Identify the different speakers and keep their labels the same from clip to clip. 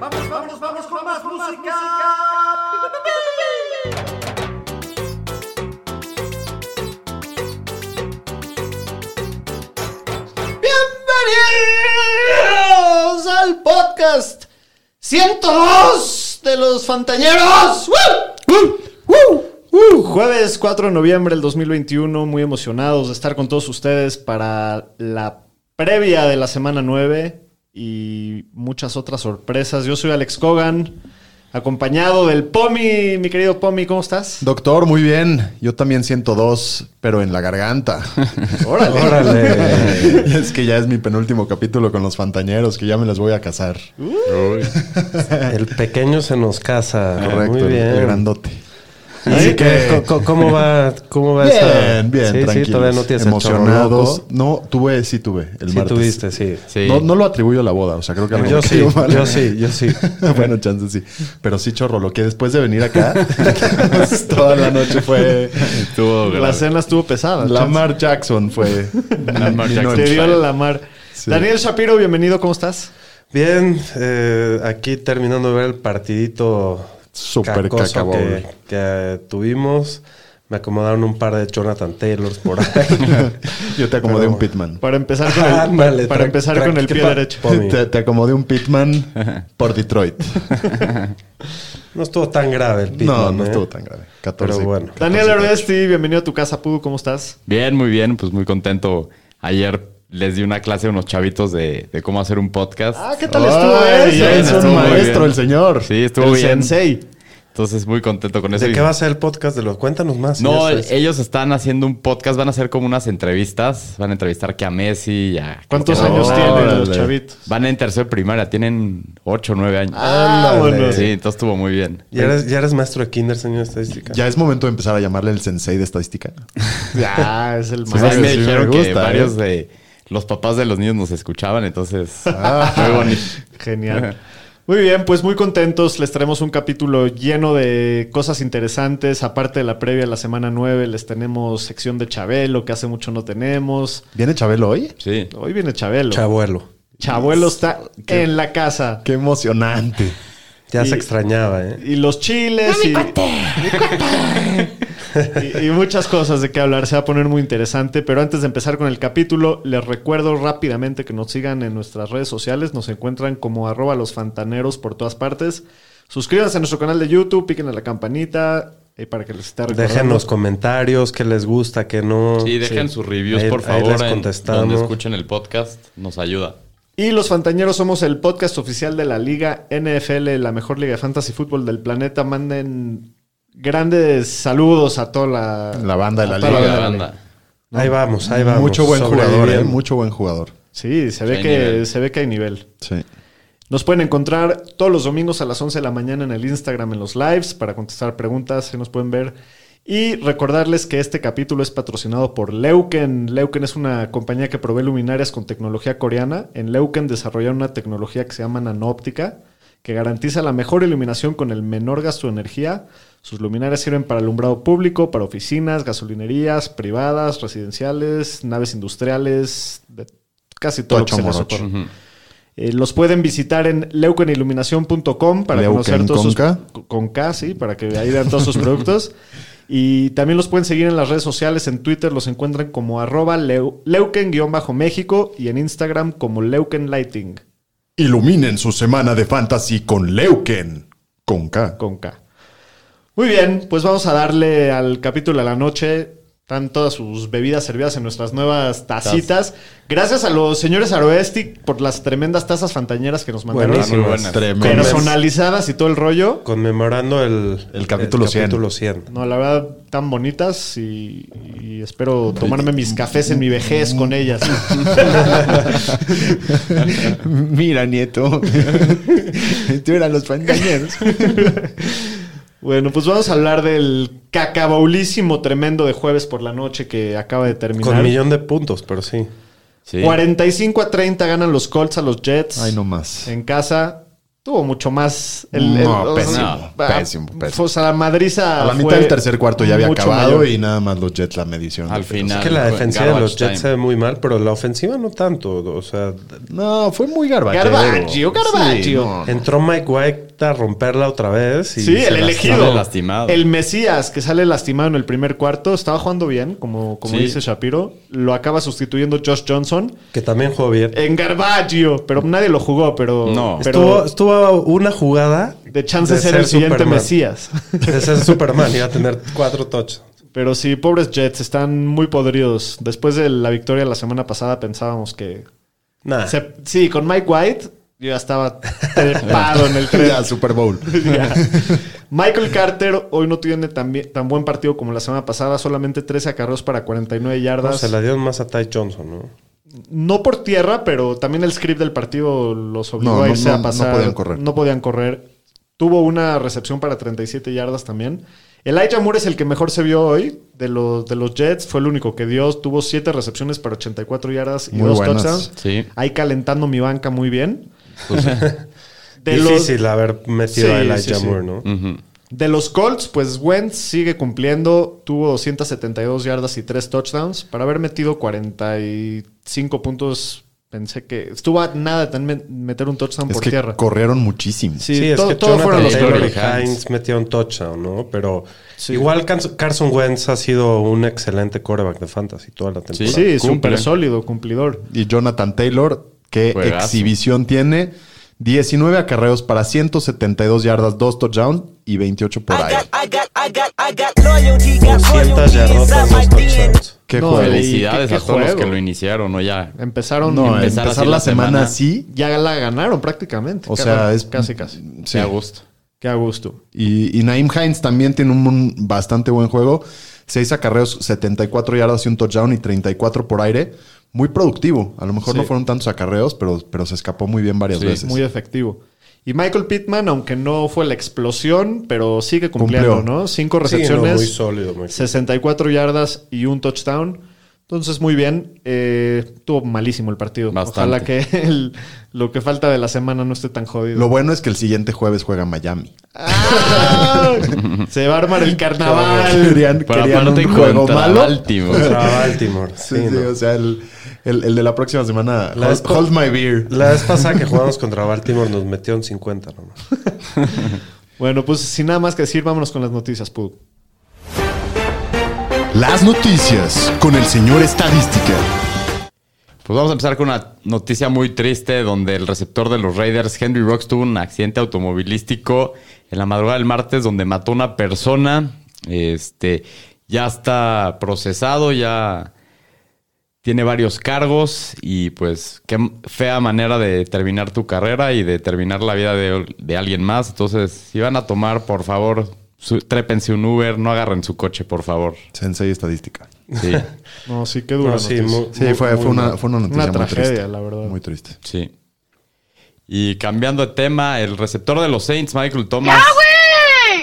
Speaker 1: Vamos, vamos, vamos con más música.
Speaker 2: Bienvenidos al podcast 102 de los Fantañeros. ¡Woo! ¡Woo! ¡Woo! Jueves 4 de noviembre del 2021, muy emocionados de estar con todos ustedes para la previa de la semana 9 y muchas otras sorpresas. Yo soy Alex Cogan, acompañado del Pomi, mi querido Pomi, ¿cómo estás?
Speaker 3: Doctor, muy bien. Yo también siento dos, pero en la garganta. Eh,
Speaker 2: Órale.
Speaker 3: es que ya es mi penúltimo capítulo con los fantañeros, que ya me los voy a casar.
Speaker 4: El pequeño se nos casa.
Speaker 3: Correcto,
Speaker 4: Muy
Speaker 3: el-
Speaker 4: bien.
Speaker 3: el grandote.
Speaker 4: ¿Y
Speaker 3: Así
Speaker 4: qué-
Speaker 3: que-
Speaker 4: co- co- ¿Cómo va? ¿Cómo va esa?
Speaker 3: Bien, bien,
Speaker 4: sí,
Speaker 3: tranquilos.
Speaker 4: Pues, ah, Sí, todavía no tienes el
Speaker 3: Emocionados.
Speaker 4: chorro loco.
Speaker 3: No, tuve, sí tuve. El
Speaker 4: Sí,
Speaker 3: martes.
Speaker 4: tuviste, sí.
Speaker 5: Sí.
Speaker 3: No, no lo atribuyo a la boda, o sea, creo que a lo
Speaker 4: Yo
Speaker 3: mejor
Speaker 4: sí,
Speaker 3: cayó mal.
Speaker 4: yo sí, yo sí.
Speaker 3: bueno, chance sí. Pero sí, chorro, lo que después de venir acá, toda la noche fue.
Speaker 5: Estuvo
Speaker 2: La
Speaker 5: grave.
Speaker 2: cena estuvo pesada. chance.
Speaker 3: Lamar Jackson fue.
Speaker 5: Lamar
Speaker 3: mi
Speaker 5: Jackson.
Speaker 3: noche.
Speaker 2: Te dio la mar.
Speaker 3: Sí.
Speaker 2: Daniel Shapiro, bienvenido, ¿cómo estás?
Speaker 4: Bien, eh, aquí terminando de ver el partidito
Speaker 3: Súper
Speaker 4: cacoso
Speaker 3: cacabol.
Speaker 4: que, que tuvimos. Me acomodaron un par de Jonathan Taylors por ahí.
Speaker 3: Yo te acomodé
Speaker 4: Pero-
Speaker 3: un pitman.
Speaker 2: Para empezar con el,
Speaker 4: Ándale,
Speaker 2: para
Speaker 4: tran-
Speaker 2: empezar con el
Speaker 4: tranqui-
Speaker 2: pie
Speaker 4: pa-
Speaker 2: derecho.
Speaker 4: Pomi.
Speaker 3: Te, te acomodé un pitman por Detroit.
Speaker 4: No estuvo tan grave el pitman.
Speaker 3: no, no
Speaker 4: ¿eh?
Speaker 3: estuvo tan grave. 14.
Speaker 4: Pero bueno.
Speaker 2: Daniel Aresti, bienvenido a tu casa, Pudu, ¿cómo estás?
Speaker 5: Bien, muy bien, pues muy contento. Ayer les di una clase a unos chavitos de, de cómo hacer un podcast.
Speaker 2: Ah, ¿qué tal
Speaker 3: Ay,
Speaker 2: estuvo eso?
Speaker 3: ya es
Speaker 5: Estuvo
Speaker 3: un
Speaker 5: muy
Speaker 3: maestro
Speaker 5: bien.
Speaker 3: el señor.
Speaker 5: Sí, estuvo
Speaker 2: el
Speaker 5: bien.
Speaker 2: sensei.
Speaker 5: Entonces, muy contento con eso.
Speaker 4: ¿De
Speaker 5: Y-
Speaker 4: qué va a ser el podcast de los? Cuéntanos más.
Speaker 5: No,
Speaker 4: señor.
Speaker 5: ellos están haciendo un podcast, van a hacer como unas entrevistas. Van a entrevistar que a Messi y a.
Speaker 2: ¿Cuántos
Speaker 5: Cristiano
Speaker 2: años
Speaker 5: Ronaldo.
Speaker 2: tienen los
Speaker 3: Órale.
Speaker 2: chavitos?
Speaker 5: Van en tercero de primaria, tienen 8 o 9 años.
Speaker 2: Ah,
Speaker 4: Ándale.
Speaker 2: bueno.
Speaker 5: sí, entonces estuvo muy bien.
Speaker 4: ¿Ya eres, ya eres maestro de kinder, señor de estadística.
Speaker 3: Ya es momento de empezar a llamarle el sensei de estadística.
Speaker 2: Ya, Ah, es el
Speaker 5: Pues ahí
Speaker 2: maestro.
Speaker 5: me
Speaker 3: sí me
Speaker 5: dijeron que
Speaker 3: gusta, ¿eh?
Speaker 5: varios de los papás de los niños nos escuchaban, entonces.
Speaker 2: Ah.
Speaker 5: Ah, Muy bonito.
Speaker 2: Genial. Muy bien, pues muy contentos. Les traemos un capítulo lleno de cosas interesantes. Aparte de la previa de la semana 9, les tenemos sección de Chabelo, que hace mucho no tenemos.
Speaker 3: ¿Viene Chabelo hoy?
Speaker 5: Sí.
Speaker 2: Hoy viene Chabelo.
Speaker 4: Chabuelo.
Speaker 2: Chabuelo está en la casa.
Speaker 3: Qué emocionante.
Speaker 4: Ya
Speaker 2: Y-
Speaker 4: se extrañaba, ¿eh?
Speaker 2: Y los chiles y, y- y muchas cosas de qué hablar. Se va a poner muy interesante. Pero antes de empezar con el capítulo, les recuerdo rápidamente que nos sigan en nuestras redes sociales. Nos encuentran como arroba los fantaneros por todas partes. Suscríbanse a nuestro canal de YouTube, piquen a la campanita eh, para que les esté recordando.
Speaker 4: Déjenos comentarios, qué les gusta, qué no.
Speaker 5: Sí, dejen sus reviews,
Speaker 4: Ahí-
Speaker 5: por
Speaker 4: ahí
Speaker 5: favor,
Speaker 4: les
Speaker 5: en donde
Speaker 4: contestamos.
Speaker 5: escuchen el podcast. Nos ayuda.
Speaker 2: Y los Fantañeros somos el podcast oficial de la Liga NFL, la mejor liga de fantasy fútbol del planeta. Manden grandes saludos a toda la,
Speaker 3: La banda de la
Speaker 2: a toda
Speaker 3: liga.
Speaker 5: Ah, La
Speaker 2: de
Speaker 5: banda.
Speaker 4: Ahí vamos, ahí vamos.
Speaker 3: Mucho buen jugador,
Speaker 4: Sobreviven.
Speaker 3: ¿eh? Mucho buen jugador.
Speaker 2: Sí, se ve,
Speaker 5: Hay
Speaker 2: que,
Speaker 5: nivel.
Speaker 2: se ve que hay nivel.
Speaker 3: Sí.
Speaker 2: Nos pueden encontrar todos los domingos a las 11 de la mañana en el Instagram, en los lives, para contestar preguntas, se nos pueden ver. Y recordarles que este capítulo es patrocinado por Leuken. Leuken es una compañía que provee luminarias con tecnología coreana. En Leuken desarrollaron una tecnología que se llama nanóptica, que garantiza la mejor iluminación con el menor gasto de energía. Sus luminarias sirven para alumbrado público, para oficinas, gasolinerías, privadas, residenciales, naves industriales, de casi todo lo que
Speaker 3: Tocho
Speaker 2: se les
Speaker 3: morocho.
Speaker 2: ocurra. Eh, los pueden visitar en leucaniluminación.com para
Speaker 3: Leuken
Speaker 2: conocer todos
Speaker 3: con
Speaker 2: sus
Speaker 3: K.
Speaker 2: con K, sí, para que ahí vean todos sus productos. Y también los pueden seguir en las redes sociales, en Twitter los encuentran como arroba leu- leuken-méxico y en Instagram como leukenlighting
Speaker 3: Iluminen su semana de fantasy con Leuken. Con K.
Speaker 2: con K. Muy bien, pues vamos a darle al capítulo de la noche. Están todas sus bebidas servidas en nuestras nuevas tacitas. Gracias a los señores Aroesti por las tremendas tazas fantañeras que nos mandaron.
Speaker 4: Buenísimo.
Speaker 5: Muy buenas.
Speaker 3: Tremendo.
Speaker 2: personalizadas y todo el rollo.
Speaker 4: Conmemorando el,
Speaker 3: El capítulo 100.
Speaker 4: capítulo 100.
Speaker 2: No, la verdad, tan bonitas y, y espero tomarme mis cafés en mi vejez con ellas.
Speaker 3: Mira, nieto. Tú eran los fantañeros.
Speaker 2: Bueno, pues vamos a hablar del cacabaulísimo tremendo de jueves por la noche que acaba de terminar.
Speaker 4: Con millón de puntos, pero sí.
Speaker 5: Sí.
Speaker 2: 45 a 30 ganan los Colts a los Jets.
Speaker 3: Ay, no más.
Speaker 2: En casa tuvo mucho más. El, el-
Speaker 3: No,
Speaker 2: o sea,
Speaker 3: pésimo,
Speaker 2: ah,
Speaker 3: pésimo, pésimo.
Speaker 2: O sea, la madriza.
Speaker 3: A la mitad
Speaker 2: fue
Speaker 3: del tercer cuarto ya había
Speaker 2: mucho
Speaker 3: acabado
Speaker 2: mayor.
Speaker 3: y nada más los Jets la medición.
Speaker 5: Al
Speaker 3: de pelos.
Speaker 5: final.
Speaker 4: Es que la
Speaker 5: fue
Speaker 4: defensiva de los
Speaker 5: Ah, garbage
Speaker 4: Jets se
Speaker 5: time.
Speaker 4: ve muy mal, pero la ofensiva no tanto. O sea,
Speaker 3: No, fue muy garbachero.
Speaker 2: Garbaggio, Garbaggio.
Speaker 4: entró Mike White a romperla otra vez. Y
Speaker 2: Sí,
Speaker 4: se
Speaker 2: el
Speaker 4: las-
Speaker 2: elegido.
Speaker 5: sale lastimado.
Speaker 2: El Mesías, que sale lastimado en el primer cuarto, estaba jugando bien, como, como
Speaker 5: Sí.
Speaker 2: dice Shapiro. Lo acaba sustituyendo Josh Johnson
Speaker 4: Que también jugó bien.
Speaker 2: en Garbaggio, pero nadie lo jugó, pero.
Speaker 5: No.
Speaker 2: pero
Speaker 4: estuvo, estuvo a una jugada
Speaker 2: de chance
Speaker 4: de
Speaker 2: ser, el siguiente
Speaker 4: Superman.
Speaker 2: Mesías.
Speaker 4: De ser Superman, iba a tener cuatro touchdowns.
Speaker 2: Pero sí, pobres Jets, están muy podridos. Después de la victoria la semana pasada pensábamos que...
Speaker 4: Nah.
Speaker 2: se- sí, con Mike White yo ya estaba trepado en el tren.
Speaker 3: Ya, Super Bowl.
Speaker 2: Ya. Michael Carter hoy no tiene tan, bien- tan buen partido como la semana pasada, solamente 13 acarreos para 49
Speaker 4: No,
Speaker 2: yardas.
Speaker 4: se la dieron más a Ty Johnson, ¿no?
Speaker 2: No por tierra, pero también el script del partido los obligó
Speaker 3: No,
Speaker 2: a
Speaker 3: no,
Speaker 2: irse
Speaker 3: no,
Speaker 2: a
Speaker 3: no
Speaker 2: pasar.
Speaker 3: podían correr.
Speaker 2: No podían correr. Tuvo una recepción para 37 yardas también. Elijah Moore es el que mejor se vio hoy de los, de los Jets. Fue el único que dio. Tuvo 7 recepciones para 84 yardas y
Speaker 3: Muy
Speaker 2: dos
Speaker 3: buenas. Pues
Speaker 2: touchdowns.
Speaker 5: Sí.
Speaker 2: Ahí calentando mi banca muy bien. de, los,
Speaker 4: Difícil haber metido a
Speaker 2: Sí, sí,
Speaker 4: Elijah
Speaker 2: sí.
Speaker 4: Moore, ¿no?
Speaker 5: Ujú.
Speaker 2: de los Colts, pues Wentz sigue cumpliendo. Tuvo 272 yardas y 3 touchdowns. Para haber metido 45 puntos, pensé que estuvo a nada de tan- meter un touchdown
Speaker 3: Es
Speaker 2: por
Speaker 3: que
Speaker 2: tierra.
Speaker 3: corrieron muchísimo.
Speaker 2: Sí, todo- todo
Speaker 4: Jonathan
Speaker 2: fueron los
Speaker 4: Taylor
Speaker 5: Colts.
Speaker 4: y Hines metieron touchdown, ¿no? Pero igual Cans- Carson Wentz ha sido un excelente quarterback de fantasy toda la temporada.
Speaker 2: Sí,
Speaker 5: Cumple.
Speaker 2: súper sólido, cumplidor.
Speaker 3: Y Jonathan Taylor, qué
Speaker 5: Juegazo.
Speaker 3: exhibición tiene. 19 acarreos para 172 yardas, 2 touchdowns y 28 por aire.
Speaker 6: I got, I got, I got loyalty, got
Speaker 4: 200
Speaker 6: royalty
Speaker 4: yardotas,
Speaker 6: inside my
Speaker 4: dos
Speaker 6: DNA.
Speaker 4: touchdowns.
Speaker 3: Qué
Speaker 2: No,
Speaker 3: juego.
Speaker 2: el-
Speaker 5: Felicidades
Speaker 2: qué-
Speaker 5: a
Speaker 2: qué
Speaker 5: todos los
Speaker 2: juego.
Speaker 5: que lo iniciaron, ¿no? Ya.
Speaker 2: Empezaron,
Speaker 3: No,
Speaker 2: em-
Speaker 3: empezar,
Speaker 5: empezar así
Speaker 3: la
Speaker 5: la
Speaker 3: semana
Speaker 5: semana.
Speaker 3: así.
Speaker 2: ya la ganaron prácticamente.
Speaker 3: O
Speaker 2: Ca-
Speaker 3: sea, es
Speaker 2: casi, casi.
Speaker 3: Sí.
Speaker 5: Sí. A gusto.
Speaker 2: Qué a gusto.
Speaker 3: Y, y Naim Hines también tiene un, un bastante buen juego. 6 acarreos, 74 yardas y un touchdown y 34 por aire. Muy productivo. A lo mejor
Speaker 2: Sí.
Speaker 3: no fueron tantos acarreos, pero, pero se escapó muy bien varias
Speaker 5: Sí,
Speaker 3: veces.
Speaker 2: Muy efectivo. Y Michael Pittman, aunque no fue la explosión, pero sigue cumpliendo,
Speaker 3: Cumplió.
Speaker 2: ¿no? Cinco
Speaker 4: Sí, no,
Speaker 2: recepciones,
Speaker 4: muy sólido, muy
Speaker 2: 64 yardas y un touchdown. Entonces, muy bien. Eh, tuvo malísimo el partido.
Speaker 5: Bastante.
Speaker 2: Ojalá que el- lo que falta de la semana no esté tan jodido.
Speaker 3: Lo bueno es que el siguiente jueves juega Miami.
Speaker 2: ¡Ah! Se va a armar el carnaval.
Speaker 3: Querían,
Speaker 5: Pero
Speaker 3: querían
Speaker 5: aparte
Speaker 3: un juego
Speaker 5: contra
Speaker 3: malo.
Speaker 5: Baltimore.
Speaker 4: Contra Baltimore.
Speaker 3: Sí,
Speaker 4: sí,
Speaker 3: sí,
Speaker 4: ¿no?
Speaker 3: o sea, el, el- el de la próxima semana.
Speaker 4: La
Speaker 3: hold,
Speaker 4: vez pa-
Speaker 3: hold my beer.
Speaker 4: La vez pasada que jugamos contra Baltimore nos metieron 50 nomás.
Speaker 2: Bueno, pues sin nada más que decir, vámonos con las noticias, Pug.
Speaker 3: Las noticias con el señor Estadística.
Speaker 5: Pues vamos a empezar con una noticia muy triste donde el receptor de los Raiders, Henry Rocks, tuvo un accidente automovilístico en la madrugada del martes donde mató a una persona. Este ya está procesado, ya tiene varios cargos y pues qué fea manera de terminar tu carrera y de terminar la vida de, de alguien más. Entonces, si van a tomar, por favor, su- trépense un Uber, no agarren su coche, por favor.
Speaker 3: Sensei Estadística.
Speaker 5: Sí,
Speaker 2: No, sí, qué dura
Speaker 4: No, Ah, sí,
Speaker 2: noticia.
Speaker 4: muy-
Speaker 3: Sí, fue, fue, una, fue una noticia
Speaker 2: Una
Speaker 3: muy
Speaker 2: tragedia,
Speaker 3: triste.
Speaker 2: la verdad.
Speaker 3: Muy triste.
Speaker 5: sí. Y cambiando de tema, el receptor de los Saints, Michael Thomas,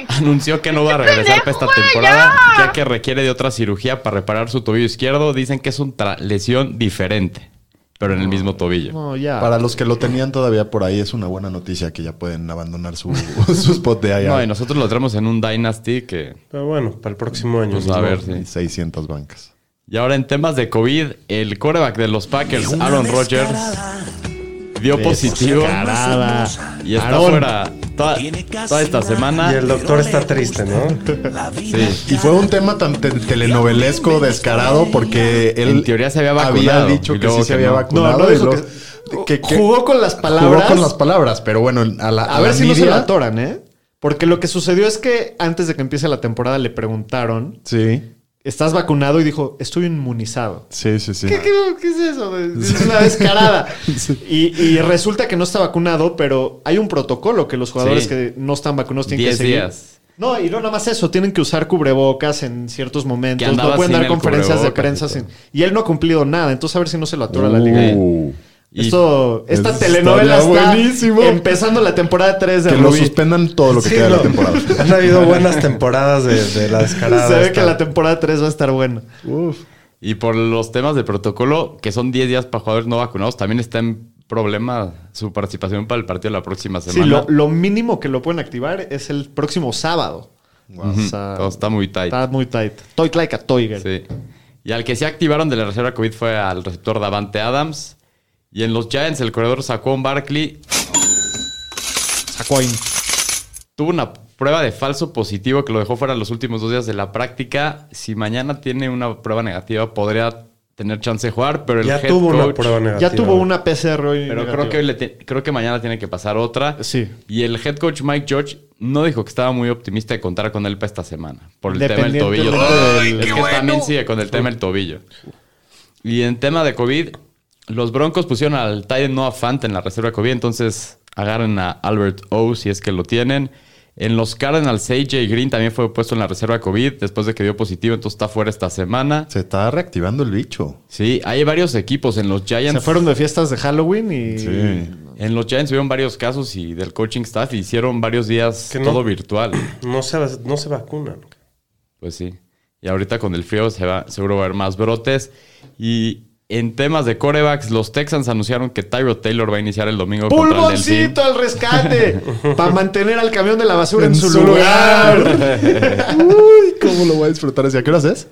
Speaker 5: anunció que no va a regresar para esta temporada, ya que requiere de otra cirugía para reparar su tobillo izquierdo. Dicen que es una lesión diferente, pero en el mismo tobillo.
Speaker 2: No, ya.
Speaker 3: Para los que lo tenían todavía por ahí, es una buena noticia que ya pueden abandonar su, su spot de
Speaker 5: No, y
Speaker 3: allá.
Speaker 5: nosotros lo tenemos en un Dynasty que.
Speaker 4: Pero bueno, para el próximo año.
Speaker 5: Pues a
Speaker 4: ¿no?
Speaker 5: ver, sí.
Speaker 3: 600 bancas.
Speaker 5: Y ahora en temas de COVID, el coreback de los Packers, Aaron Rodgers, dio positivo
Speaker 2: Descarada.
Speaker 5: y está
Speaker 2: Aaron.
Speaker 5: fuera toda, toda esta semana.
Speaker 4: Y el doctor está triste, ¿no?
Speaker 5: Sí.
Speaker 3: Y fue un tema tan te- telenovelesco, descarado, porque él
Speaker 5: En teoría se había vacunado,
Speaker 3: dicho
Speaker 5: y
Speaker 3: que
Speaker 5: luego
Speaker 3: sí se
Speaker 5: que
Speaker 3: había
Speaker 5: no.
Speaker 3: vacunado.
Speaker 2: No, no
Speaker 3: y
Speaker 2: dijo
Speaker 3: luego- que- que-
Speaker 2: Jugó con las palabras.
Speaker 3: Jugó con las palabras, pero bueno, a la
Speaker 2: A
Speaker 3: la
Speaker 2: ver si no se
Speaker 3: media-
Speaker 2: la atoran, ¿eh? Porque lo que sucedió es que antes de que empiece la temporada le preguntaron,
Speaker 3: Sí,
Speaker 2: ¿estás vacunado? Y dijo, estoy inmunizado.
Speaker 3: sí, sí, sí.
Speaker 2: ¿Qué, qué- qué es eso? Es una descarada. Y, y resulta que no está vacunado, pero hay un protocolo que los jugadores
Speaker 5: Sí.
Speaker 2: que no están vacunados tienen que
Speaker 5: 10
Speaker 2: seguir.
Speaker 5: días.
Speaker 2: No, y no nada más eso, tienen que usar cubrebocas en ciertos
Speaker 5: Que
Speaker 2: momentos,
Speaker 5: andaba
Speaker 2: no pueden
Speaker 5: sin
Speaker 2: dar
Speaker 5: el
Speaker 2: conferencias de
Speaker 5: cubrebocas y
Speaker 2: prensa
Speaker 5: todo.
Speaker 2: sin... Y él no ha cumplido nada, entonces a ver si no se lo atora la liga.
Speaker 3: Uh,
Speaker 5: Y-
Speaker 2: Esto, esta
Speaker 3: Eso
Speaker 2: telenovela está
Speaker 3: estaría buenísimo.
Speaker 2: empezando la temporada 3 de
Speaker 3: que lo
Speaker 2: Rubí.
Speaker 3: suspendan todo lo que
Speaker 4: Sí,
Speaker 3: queda de la
Speaker 4: no.
Speaker 3: temporada.
Speaker 4: Han habido buenas temporadas de, de la descarada.
Speaker 2: Se ve
Speaker 4: esta.
Speaker 2: que la temporada 3 va a estar buena.
Speaker 5: Y por los temas de protocolo, que son 10 días para jugadores no vacunados, también está en problema su participación para el partido la próxima
Speaker 2: Sí,
Speaker 5: semana.
Speaker 2: lo, lo mínimo que lo pueden activar es el próximo sábado. O
Speaker 5: Ujú.
Speaker 2: sea,
Speaker 5: Todo está muy tight.
Speaker 2: está muy tight. Toy like a Toiger.
Speaker 5: Sí. Y al que sí activaron de la reserva COVID fue al receptor Davante Adams. Y en los Giants, el corredor sacó un Barkley
Speaker 2: Sacó ahí.
Speaker 5: tuvo una prueba de falso positivo que lo dejó fuera los últimos dos días de la práctica. Si mañana tiene una prueba negativa, podría tener chance de jugar, pero el
Speaker 4: Ya
Speaker 5: head
Speaker 4: tuvo una
Speaker 5: coach-
Speaker 4: prueba negativa.
Speaker 2: Ya tuvo una PCR hoy.
Speaker 5: Pero creo que, hoy le te- creo que mañana tiene que pasar otra.
Speaker 2: Sí.
Speaker 5: Y el head coach Mike George no dijo que estaba muy optimista de contar con él para esta semana. Por el tema del
Speaker 2: Dependientemente
Speaker 5: tobillo.
Speaker 2: del-
Speaker 5: es que también sigue con el tema del tobillo. Y en tema de COVID, los Broncos pusieron al Titan Noah Fant en la reserva de COVID. Entonces agarren a Albert O si es que lo tienen. En los Cardinals, AJ Green también fue puesto en la reserva de COVID después de que dio positivo. Entonces está fuera esta semana.
Speaker 3: Se está reactivando el bicho.
Speaker 5: Sí, hay varios equipos en los Giants.
Speaker 2: Se fueron de fiestas de Halloween y.
Speaker 5: En los Giants hubieron varios casos y del coaching staff hicieron varios días
Speaker 4: Que no.
Speaker 5: todo virtual.
Speaker 4: No se, no se vacunan.
Speaker 5: Pues sí. Y ahorita con el frío se va, seguro va a haber más brotes. Y en temas de corebacks, los Texans anunciaron que Tyro Taylor va a iniciar el domingo contra el Delfín.
Speaker 2: ¡Pulmoncito al rescate! para mantener al camión de la basura en, su, lugar.
Speaker 3: Uy, cómo lo voy a disfrutar. ¿Hacia qué horas es?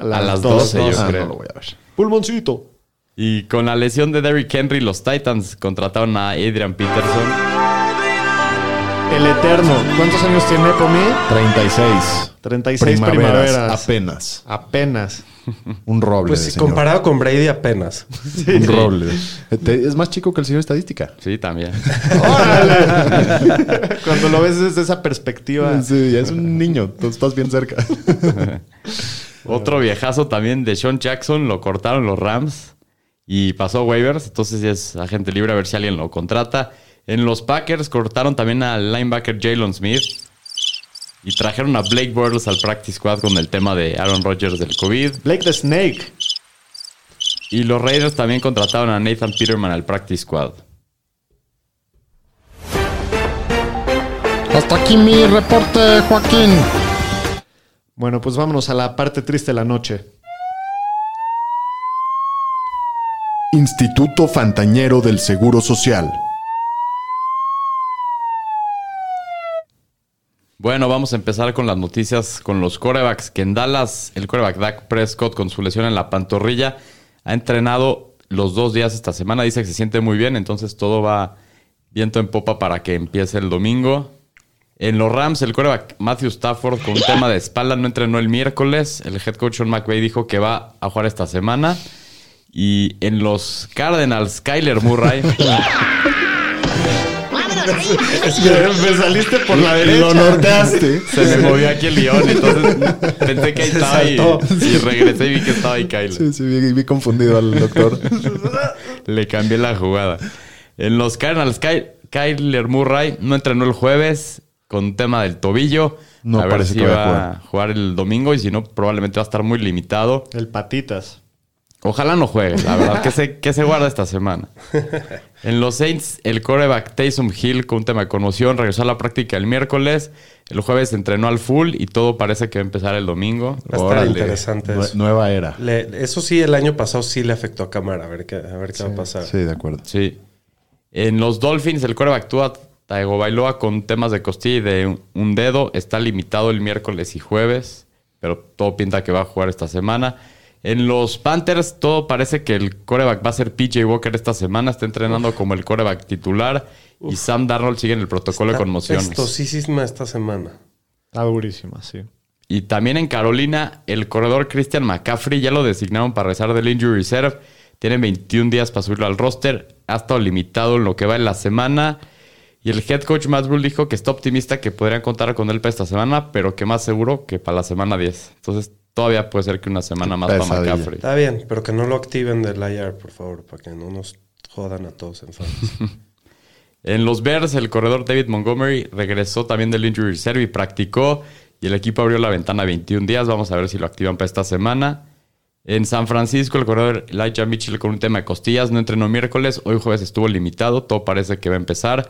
Speaker 5: A las 12, yo
Speaker 3: Ah,
Speaker 5: creo.
Speaker 3: No lo voy a ver.
Speaker 2: Pulmoncito.
Speaker 5: Y con la lesión de Derrick Henry, los Titans contrataron a Adrian Peterson.
Speaker 2: El Eterno. ¿Cuántos años tiene por mí?
Speaker 3: 36.
Speaker 2: 36 primaveras.
Speaker 3: Apenas.
Speaker 2: Apenas.
Speaker 3: Un roble.
Speaker 4: Pues
Speaker 3: de
Speaker 4: sí,
Speaker 3: señor.
Speaker 4: comparado con Brady apenas.
Speaker 3: Un roble. Este, Es más chico que el señor estadística.
Speaker 5: Sí, también.
Speaker 2: ¡Órale! Cuando lo ves desde esa perspectiva.
Speaker 3: Sí, es un niño. Tú estás bien cerca.
Speaker 5: Otro viejazo también de Sean Jackson, lo cortaron los Rams y pasó a waivers, entonces ya es agente libre a ver si alguien lo contrata. En los Packers cortaron también al linebacker Jalen Smith y trajeron a Blake Bortles al practice squad con el tema de Aaron Rodgers del COVID.
Speaker 2: Blake the Snake.
Speaker 5: Y los Raiders también contrataron a Nathan Peterman al practice squad.
Speaker 3: Hasta aquí mi reporte, Joaquín.
Speaker 2: Bueno, pues vámonos a la parte triste de la noche.
Speaker 3: Instituto Fantañero del Seguro Social.
Speaker 5: Bueno, vamos a empezar con las noticias con los corebacks. Que en Dallas, el coreback Dak Prescott, con su lesión en la pantorrilla, ha entrenado los dos días esta semana. Dice que se siente muy bien, entonces todo va viento en popa para que empiece el domingo. En los Rams, el coreback Matthew Stafford, con un tema de espalda, no entrenó el miércoles. El head coach Sean McVay dijo que va a jugar esta semana. Y en los Cardinals, Kyler Murray.
Speaker 2: Me saliste por la
Speaker 3: Lo norteaste.
Speaker 5: Se me movió aquí el guión, entonces pensé que ahí
Speaker 4: Se
Speaker 5: estaba y,
Speaker 4: saltó.
Speaker 5: y regresé y vi que estaba ahí Kyler.
Speaker 3: Sí, sí, vi, vi confundido al doctor.
Speaker 5: Le cambié la jugada. En los Cardinals, Ky- Kyler Murray no entrenó el jueves con tema del tobillo.
Speaker 3: No,
Speaker 5: a ver
Speaker 3: parece
Speaker 5: si
Speaker 3: que
Speaker 5: va
Speaker 3: vaya a jugar.
Speaker 5: a jugar el domingo y si no, probablemente va a estar muy limitado.
Speaker 2: El patitas.
Speaker 5: Ojalá no juegue, la verdad. que se, que se guarda esta semana? En los Saints, el coreback Taysom Hill, con un tema de conmoción, regresó a la práctica el miércoles. El jueves entrenó al full y todo parece que va a empezar el domingo.
Speaker 4: Va a estar
Speaker 3: Órale.
Speaker 4: interesante
Speaker 3: Nue-
Speaker 4: eso.
Speaker 3: Nueva era.
Speaker 4: Le- eso sí, el año pasado sí le afectó a Cámara. A ver qué, a ver qué va a pasar.
Speaker 3: Sí, de acuerdo.
Speaker 5: Sí. En los Dolphins, el coreback Tua Tagovailoa con temas de costilla y de un- un dedo está limitado el miércoles y jueves, pero todo pinta que va a jugar esta semana. En los Panthers, todo parece que el coreback va a ser PJ Walker esta semana. Está entrenando como el coreback titular. Y Sam Darnold sigue en el protocolo de conmociones.
Speaker 4: Esto sí, sí, esta semana.
Speaker 2: Está durísima, sí.
Speaker 5: Y también en Carolina, el corredor Christian McCaffrey ya lo designaron para rezar del Injury Reserve. Tienen 21 días para subirlo al roster. Ha estado limitado en lo que va en la semana. Y el head coach Matt Rule dijo que está optimista que podrían contar con él para esta semana, pero que más seguro que para la semana 10. Entonces todavía puede ser que una semana más para
Speaker 3: Pesadilla.
Speaker 5: McCaffrey.
Speaker 4: Está bien, pero que no lo activen del IR, por favor, para que no nos jodan a todos en fantasy.
Speaker 5: En los Bears, el corredor David Montgomery regresó también del Injury Reserve y practicó. Y el equipo abrió la ventana 21 días. Vamos a ver si lo activan para esta semana. En San Francisco, el corredor Elijah Mitchell con un tema de costillas. No entrenó miércoles. Hoy jueves estuvo limitado. Todo parece que va a empezar.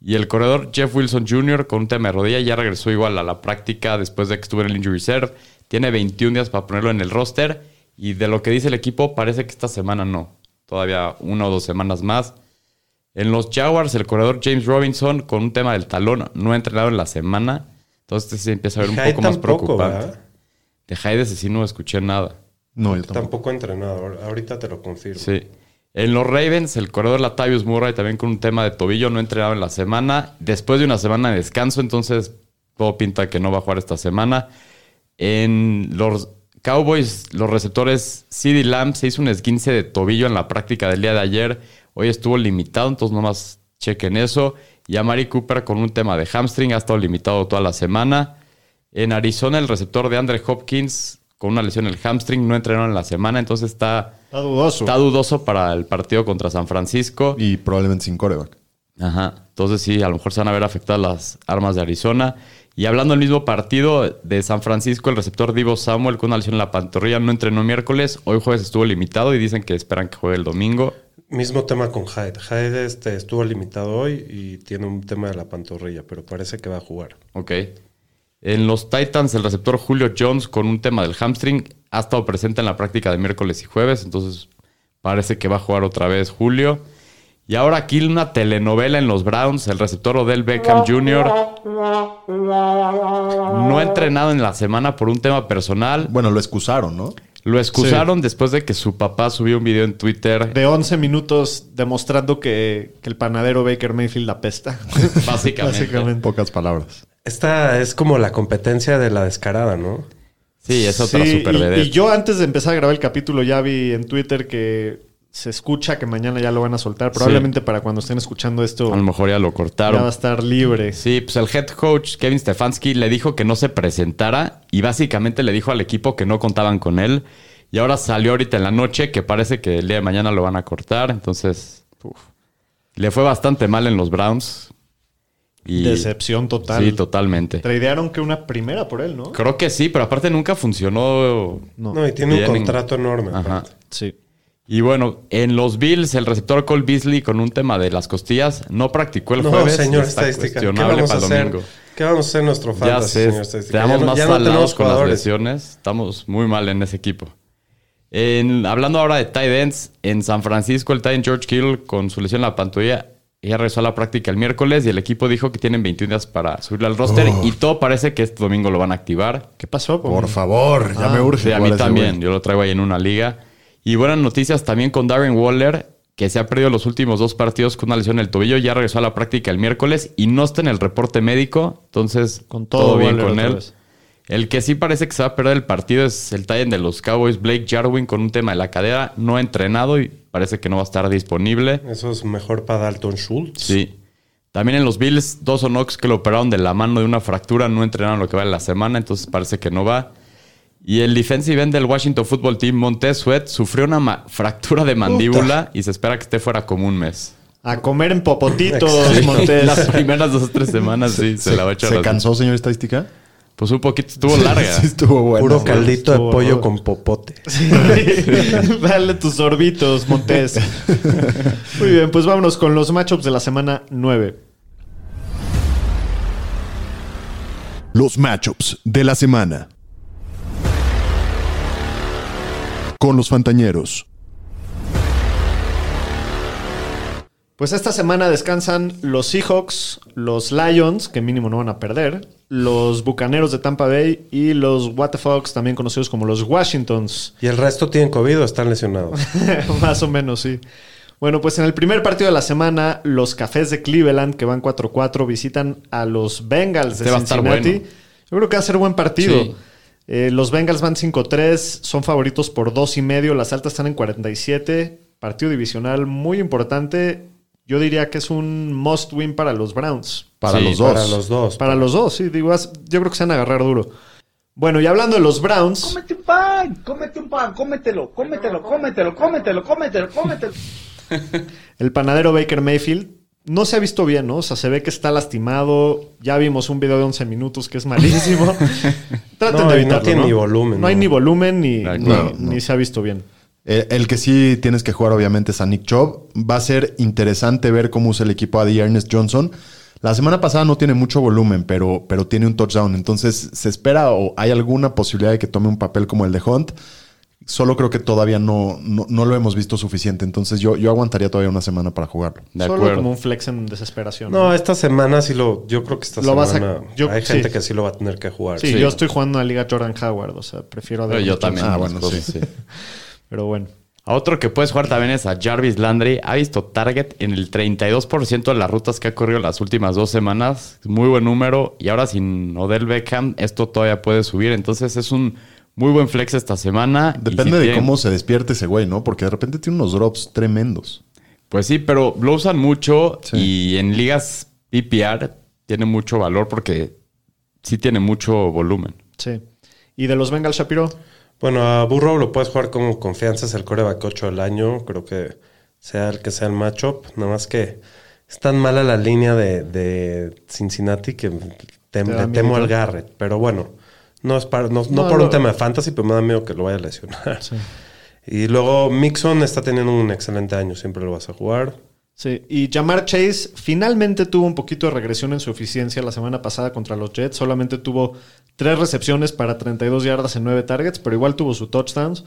Speaker 5: Y el corredor Jeff Wilson Jr. con un tema de rodilla ya regresó igual a la práctica después de que estuvo en el Injury Reserve. Tiene 21 días para ponerlo en el roster. Y de lo que dice el equipo, parece que esta semana no. Todavía una o dos semanas más. En los Jaguars, el corredor James Robinson, con un tema del talón, no ha entrenado en la semana. Entonces se empieza a ver un
Speaker 4: Hyde
Speaker 5: poco más
Speaker 4: tampoco,
Speaker 5: preocupante.
Speaker 4: ¿verdad?
Speaker 5: De Hyde ese sí no escuché nada.
Speaker 3: No, yo tampoco.
Speaker 4: Tampoco entrenador. Ahorita te lo confirmo.
Speaker 5: Sí. En los Ravens, el corredor Latavius Murray también con un tema de tobillo no entrenaba en la semana. Después de una semana de descanso, entonces todo pinta que no va a jugar esta semana. En los Cowboys, los receptores CD Lamb se hizo un esguince de tobillo en la práctica del día de ayer. Hoy estuvo limitado, entonces nomás chequen eso. Y a Mari Cooper con un tema de hamstring, ha estado limitado toda la semana. En Arizona, el receptor de Andre Hopkins con una lesión en el hamstring no entrenó en la semana, entonces está
Speaker 2: Está dudoso.
Speaker 5: Está dudoso para el partido contra San Francisco.
Speaker 3: Y probablemente sin coreback.
Speaker 5: Ajá. Entonces sí, a lo mejor se van a ver afectadas las armas de Arizona. Y hablando del mismo partido de San Francisco, el receptor Divo Samuel con una lesión en la pantorrilla no entrenó miércoles. Hoy jueves estuvo limitado y dicen que esperan que juegue el domingo.
Speaker 4: Mismo tema con Hyde. Hyde este, estuvo limitado hoy y tiene un tema de la pantorrilla, pero parece que va a jugar.
Speaker 5: Ok. En los Titans, el receptor Julio Jones con un tema del hamstring ha estado presente en la práctica de miércoles y jueves, entonces parece que va a jugar otra vez Julio. Y ahora aquí una telenovela en los Browns, el receptor Odell Beckham Jr. No ha entrenado en la semana por un tema personal.
Speaker 3: Bueno, lo excusaron, ¿no?
Speaker 5: Lo excusaron después de que su papá subió un video en Twitter
Speaker 2: De 11 minutos demostrando que, que el panadero Baker Mayfield apesta.
Speaker 5: Básicamente.
Speaker 3: En pocas palabras.
Speaker 4: Esta es como la competencia de la descarada, ¿no?
Speaker 5: Sí, es otra
Speaker 2: Sí,
Speaker 5: super
Speaker 2: y-
Speaker 5: vedette.
Speaker 2: y, yo antes de empezar a grabar el capítulo ya vi en Twitter que se escucha que mañana ya lo van a soltar. Probablemente para cuando estén escuchando esto
Speaker 5: A lo mejor ya lo
Speaker 2: ya
Speaker 5: cortaron.
Speaker 2: va a estar libre.
Speaker 5: Sí, pues el head coach Kevin Stefanski le dijo que no se presentara y básicamente le dijo al equipo que no contaban con él. Y ahora salió ahorita en la noche que parece que el día de mañana lo van a cortar. Entonces, uf. le fue bastante mal en los Browns. Y,
Speaker 2: Decepción total.
Speaker 5: Sí, totalmente.
Speaker 2: Tradearon que una primera por él, ¿no?
Speaker 5: Creo que sí, pero aparte nunca funcionó.
Speaker 2: No.
Speaker 4: No, y tiene
Speaker 5: Bien.
Speaker 4: un contrato enorme.
Speaker 5: Ajá.
Speaker 4: aparte.
Speaker 2: Sí.
Speaker 5: Y bueno, en los Bills, el receptor Cole Beasley con un tema de las costillas no practicó el
Speaker 4: No,
Speaker 5: jueves.
Speaker 4: señor
Speaker 5: Está
Speaker 4: estadística. ¿Qué
Speaker 5: cuestionable
Speaker 4: vamos a
Speaker 5: para el
Speaker 4: hacer?
Speaker 5: domingo.
Speaker 4: ¿Qué vamos a hacer en nuestro
Speaker 5: Ya
Speaker 4: fantasy,
Speaker 5: sé,
Speaker 4: señor
Speaker 5: te
Speaker 4: estadística?
Speaker 5: damos
Speaker 4: Ya no-
Speaker 5: más
Speaker 4: ya no
Speaker 5: talados
Speaker 4: tenemos
Speaker 5: con las
Speaker 4: jugadores.
Speaker 5: lesiones. Estamos muy mal en ese equipo. En- hablando ahora de tight ends, en San Francisco el tight end George Kittle con su lesión en la pantorrilla ya regresó a la práctica el miércoles y el equipo dijo que tienen 21 días para subirlo al roster
Speaker 4: Oh.
Speaker 5: y todo parece que este domingo lo van a activar.
Speaker 2: ¿Qué pasó?
Speaker 3: Por favor, ya me urge.
Speaker 5: Sí, a
Speaker 3: igual
Speaker 5: mí
Speaker 3: ese
Speaker 5: también.
Speaker 3: güey.
Speaker 5: Yo lo traigo ahí en una liga. Y buenas noticias también con Darren Waller, que se ha perdido los últimos dos partidos con una lesión en el tobillo. Ya regresó a la práctica el miércoles y no está en el reporte médico. Entonces,
Speaker 2: Con todo
Speaker 5: todo, bien
Speaker 2: Waller
Speaker 5: con
Speaker 2: otra
Speaker 5: él.
Speaker 2: vez.
Speaker 5: El que sí parece que se va a perder el partido es el Titan de los Cowboys, Blake Jarwin, con un tema de la cadera. No ha entrenado y parece que no va a estar disponible.
Speaker 4: Eso es mejor para Dalton Schultz.
Speaker 5: Sí. También en los Bills, dos Onox que lo operaron de la mano de una fractura, no entrenaron lo que va de la semana, entonces parece que no va. Y el defensive end del Washington Football Team, Montez Sweat, sufrió una ma- fractura de mandíbula y se espera que esté fuera como un mes.
Speaker 2: A comer en popotitos,
Speaker 4: Exacto.
Speaker 5: Las
Speaker 2: Montes.
Speaker 5: primeras dos o tres semanas sí, se, la va a echar.
Speaker 3: ¿Se
Speaker 5: así.
Speaker 3: cansó, señor estadística?
Speaker 5: Pues un poquito estuvo larga.
Speaker 3: sí, estuvo bueno.
Speaker 4: Puro
Speaker 3: güey.
Speaker 4: caldito de
Speaker 2: Estuvo
Speaker 4: pollo
Speaker 2: rudo.
Speaker 4: con popote.
Speaker 2: Dale tus sorbitos, Montes. Muy bien, pues vámonos con los matchups de la semana 9.
Speaker 3: Los matchups de la semana. Con los Fantañeros.
Speaker 2: Pues esta semana descansan los Seahawks, los Lions, que mínimo no van a perder, los Bucaneros de Tampa Bay y los What the Fox, también conocidos como los Washingtons.
Speaker 4: ¿Y el resto tienen COVID o están lesionados?
Speaker 2: Más o menos, sí. Bueno, pues en el primer partido de la semana, los Cafés de Cleveland, que van 4-4, visitan a los Bengals de
Speaker 5: Este va a estar
Speaker 2: Cincinnati.
Speaker 5: bueno.
Speaker 2: Yo creo que va a ser buen partido.
Speaker 5: Sí.
Speaker 2: Eh, los Bengals van 5-3, son favoritos por 2,5, las altas están en 47. Partido divisional muy importante. Yo diría que es un must win para los Browns.
Speaker 3: Para
Speaker 5: Sí,
Speaker 3: los dos.
Speaker 4: Para los dos.
Speaker 2: Para los dos, sí. Digo, as- yo creo que se van a agarrar duro. Bueno, y hablando de los Browns...
Speaker 1: Cómete un pan, cómete un pan, cómetelo, cómetelo, cómetelo, cómetelo, cómetelo, cómetelo.
Speaker 2: El panadero Baker Mayfield no se ha visto bien, ¿no? O sea, se ve que está lastimado. Ya vimos un video de 11 minutos que es malísimo. Traten de
Speaker 4: No, y no
Speaker 2: evitarlo.
Speaker 4: tiene ni volumen,
Speaker 2: No hay
Speaker 4: no.
Speaker 2: ni volumen ni,
Speaker 5: No,
Speaker 2: ni-
Speaker 5: claro,
Speaker 2: ni
Speaker 3: no.
Speaker 2: se ha visto bien.
Speaker 3: Eh, el que sí tienes que jugar, obviamente, es a Nick Chubb. Va a ser interesante ver cómo usa el equipo a D. Ernest Johnson. La semana pasada no tiene mucho volumen, pero, pero tiene un touchdown. Entonces, ¿se espera o hay alguna posibilidad de que tome un papel como el de Hunt? Solo creo que todavía no, no, no lo hemos visto suficiente. Entonces yo, yo aguantaría todavía una semana para jugarlo.
Speaker 5: De
Speaker 2: Solo
Speaker 5: acuerdo.
Speaker 2: como un flex en desesperación.
Speaker 4: No, eh, esta semana sí lo. Yo creo que esta
Speaker 2: Lo vas a-
Speaker 4: semana.
Speaker 2: yo-
Speaker 4: hay
Speaker 2: sí.
Speaker 4: gente que sí lo va a tener que jugar.
Speaker 2: Sí, yo estoy jugando a Liga Jordan Howard, o sea, prefiero a
Speaker 5: Pero
Speaker 2: Devin
Speaker 5: yo
Speaker 2: Johnson.
Speaker 5: también.
Speaker 3: Ah,
Speaker 5: unas
Speaker 3: bueno,
Speaker 5: cosas, sí.
Speaker 2: Pero bueno.
Speaker 5: A otro que puedes jugar también es a Jarvis Landry. Ha visto target en el 32% de las rutas que ha corrido las últimas dos semanas. Muy buen número. Y ahora sin Odell Beckham, esto todavía puede subir. Entonces es un muy buen flex esta semana. Y si
Speaker 3: Depende de
Speaker 5: tienen-
Speaker 3: cómo se despierte ese güey, ¿no? Porque de repente tiene unos drops tremendos.
Speaker 5: Pues sí, pero lo usan mucho
Speaker 3: Sí.
Speaker 5: y en ligas PPR tiene mucho valor porque sí tiene mucho volumen.
Speaker 2: Sí. ¿Y de los Bengals, Shapiro?
Speaker 4: Bueno, a Burrow lo puedes jugar como confianza, es el coreback 8 del año, creo que sea el que sea el matchup, nada más que es tan mala la línea de, de Cincinnati que tem-
Speaker 2: Te da
Speaker 4: le temo
Speaker 2: miedo.
Speaker 4: al Garrett, pero bueno, no es para, no, no
Speaker 2: No,
Speaker 4: por
Speaker 2: no.
Speaker 4: un tema de fantasy, pero me da miedo que lo vaya a lesionar. Y luego Mixon está teniendo un excelente año, siempre lo vas a jugar.
Speaker 2: Sí, y Jamar Chase finalmente tuvo un poquito de regresión en su eficiencia la semana pasada contra los Jets. Solamente tuvo tres recepciones para 32 yardas en nueve targets, pero igual tuvo su touchdowns.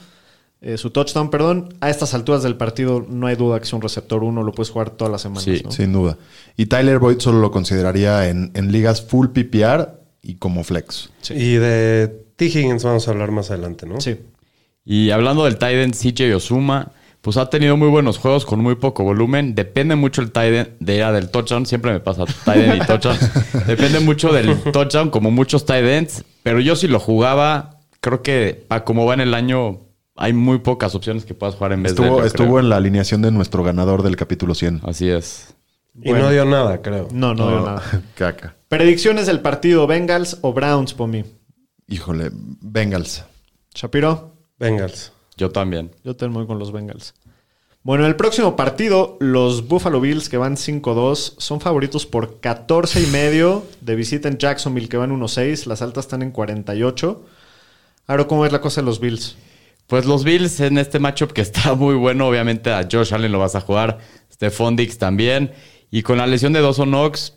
Speaker 2: eh, su touchdown, perdón. A estas alturas del partido no hay duda que es un receptor uno, lo puedes jugar todas las semanas.
Speaker 5: Sí,
Speaker 2: ¿no?
Speaker 3: Sin duda. Y Tyler Boyd solo lo consideraría en, en ligas full PPR y como flex.
Speaker 4: Y de T. Higgins vamos a hablar más adelante, ¿no?
Speaker 2: Sí.
Speaker 5: Y hablando del Tiden CJ Osuma, pues ha tenido muy buenos juegos con muy poco volumen. Depende mucho el Tiden de era del touchdown. Siempre me pasa Tiden y touchdown. Depende mucho del touchdown, como muchos Tidens. Pero yo si lo jugaba, creo que a como va en el año, hay muy pocas opciones que puedas jugar en vez de.
Speaker 3: Estuvo,
Speaker 5: él, yo
Speaker 3: estuvo
Speaker 5: creo. Ah,
Speaker 3: en la alineación de nuestro ganador del capítulo 100.
Speaker 5: Así es.
Speaker 4: Y no dio nada, creo.
Speaker 2: No, no, veo nada.
Speaker 3: Caca.
Speaker 2: Predicciones del partido, Bengals o Browns, por mí.
Speaker 3: Híjole, Bengals.
Speaker 2: Shapiro,
Speaker 4: Bengals.
Speaker 5: Yo también.
Speaker 2: yo te voy con los Bengals. Bueno, el próximo partido, los Buffalo Bills que van 5-2 son favoritos por 14 y medio de visita en Jacksonville que van 1-6, las altas están en 48. Ahora, ¿cómo es la cosa de los Bills?
Speaker 5: Pues los Bills en este matchup que está muy bueno, obviamente a Josh Allen lo vas a jugar, Stephon Dix también. Y con la lesión de Dawson Knox,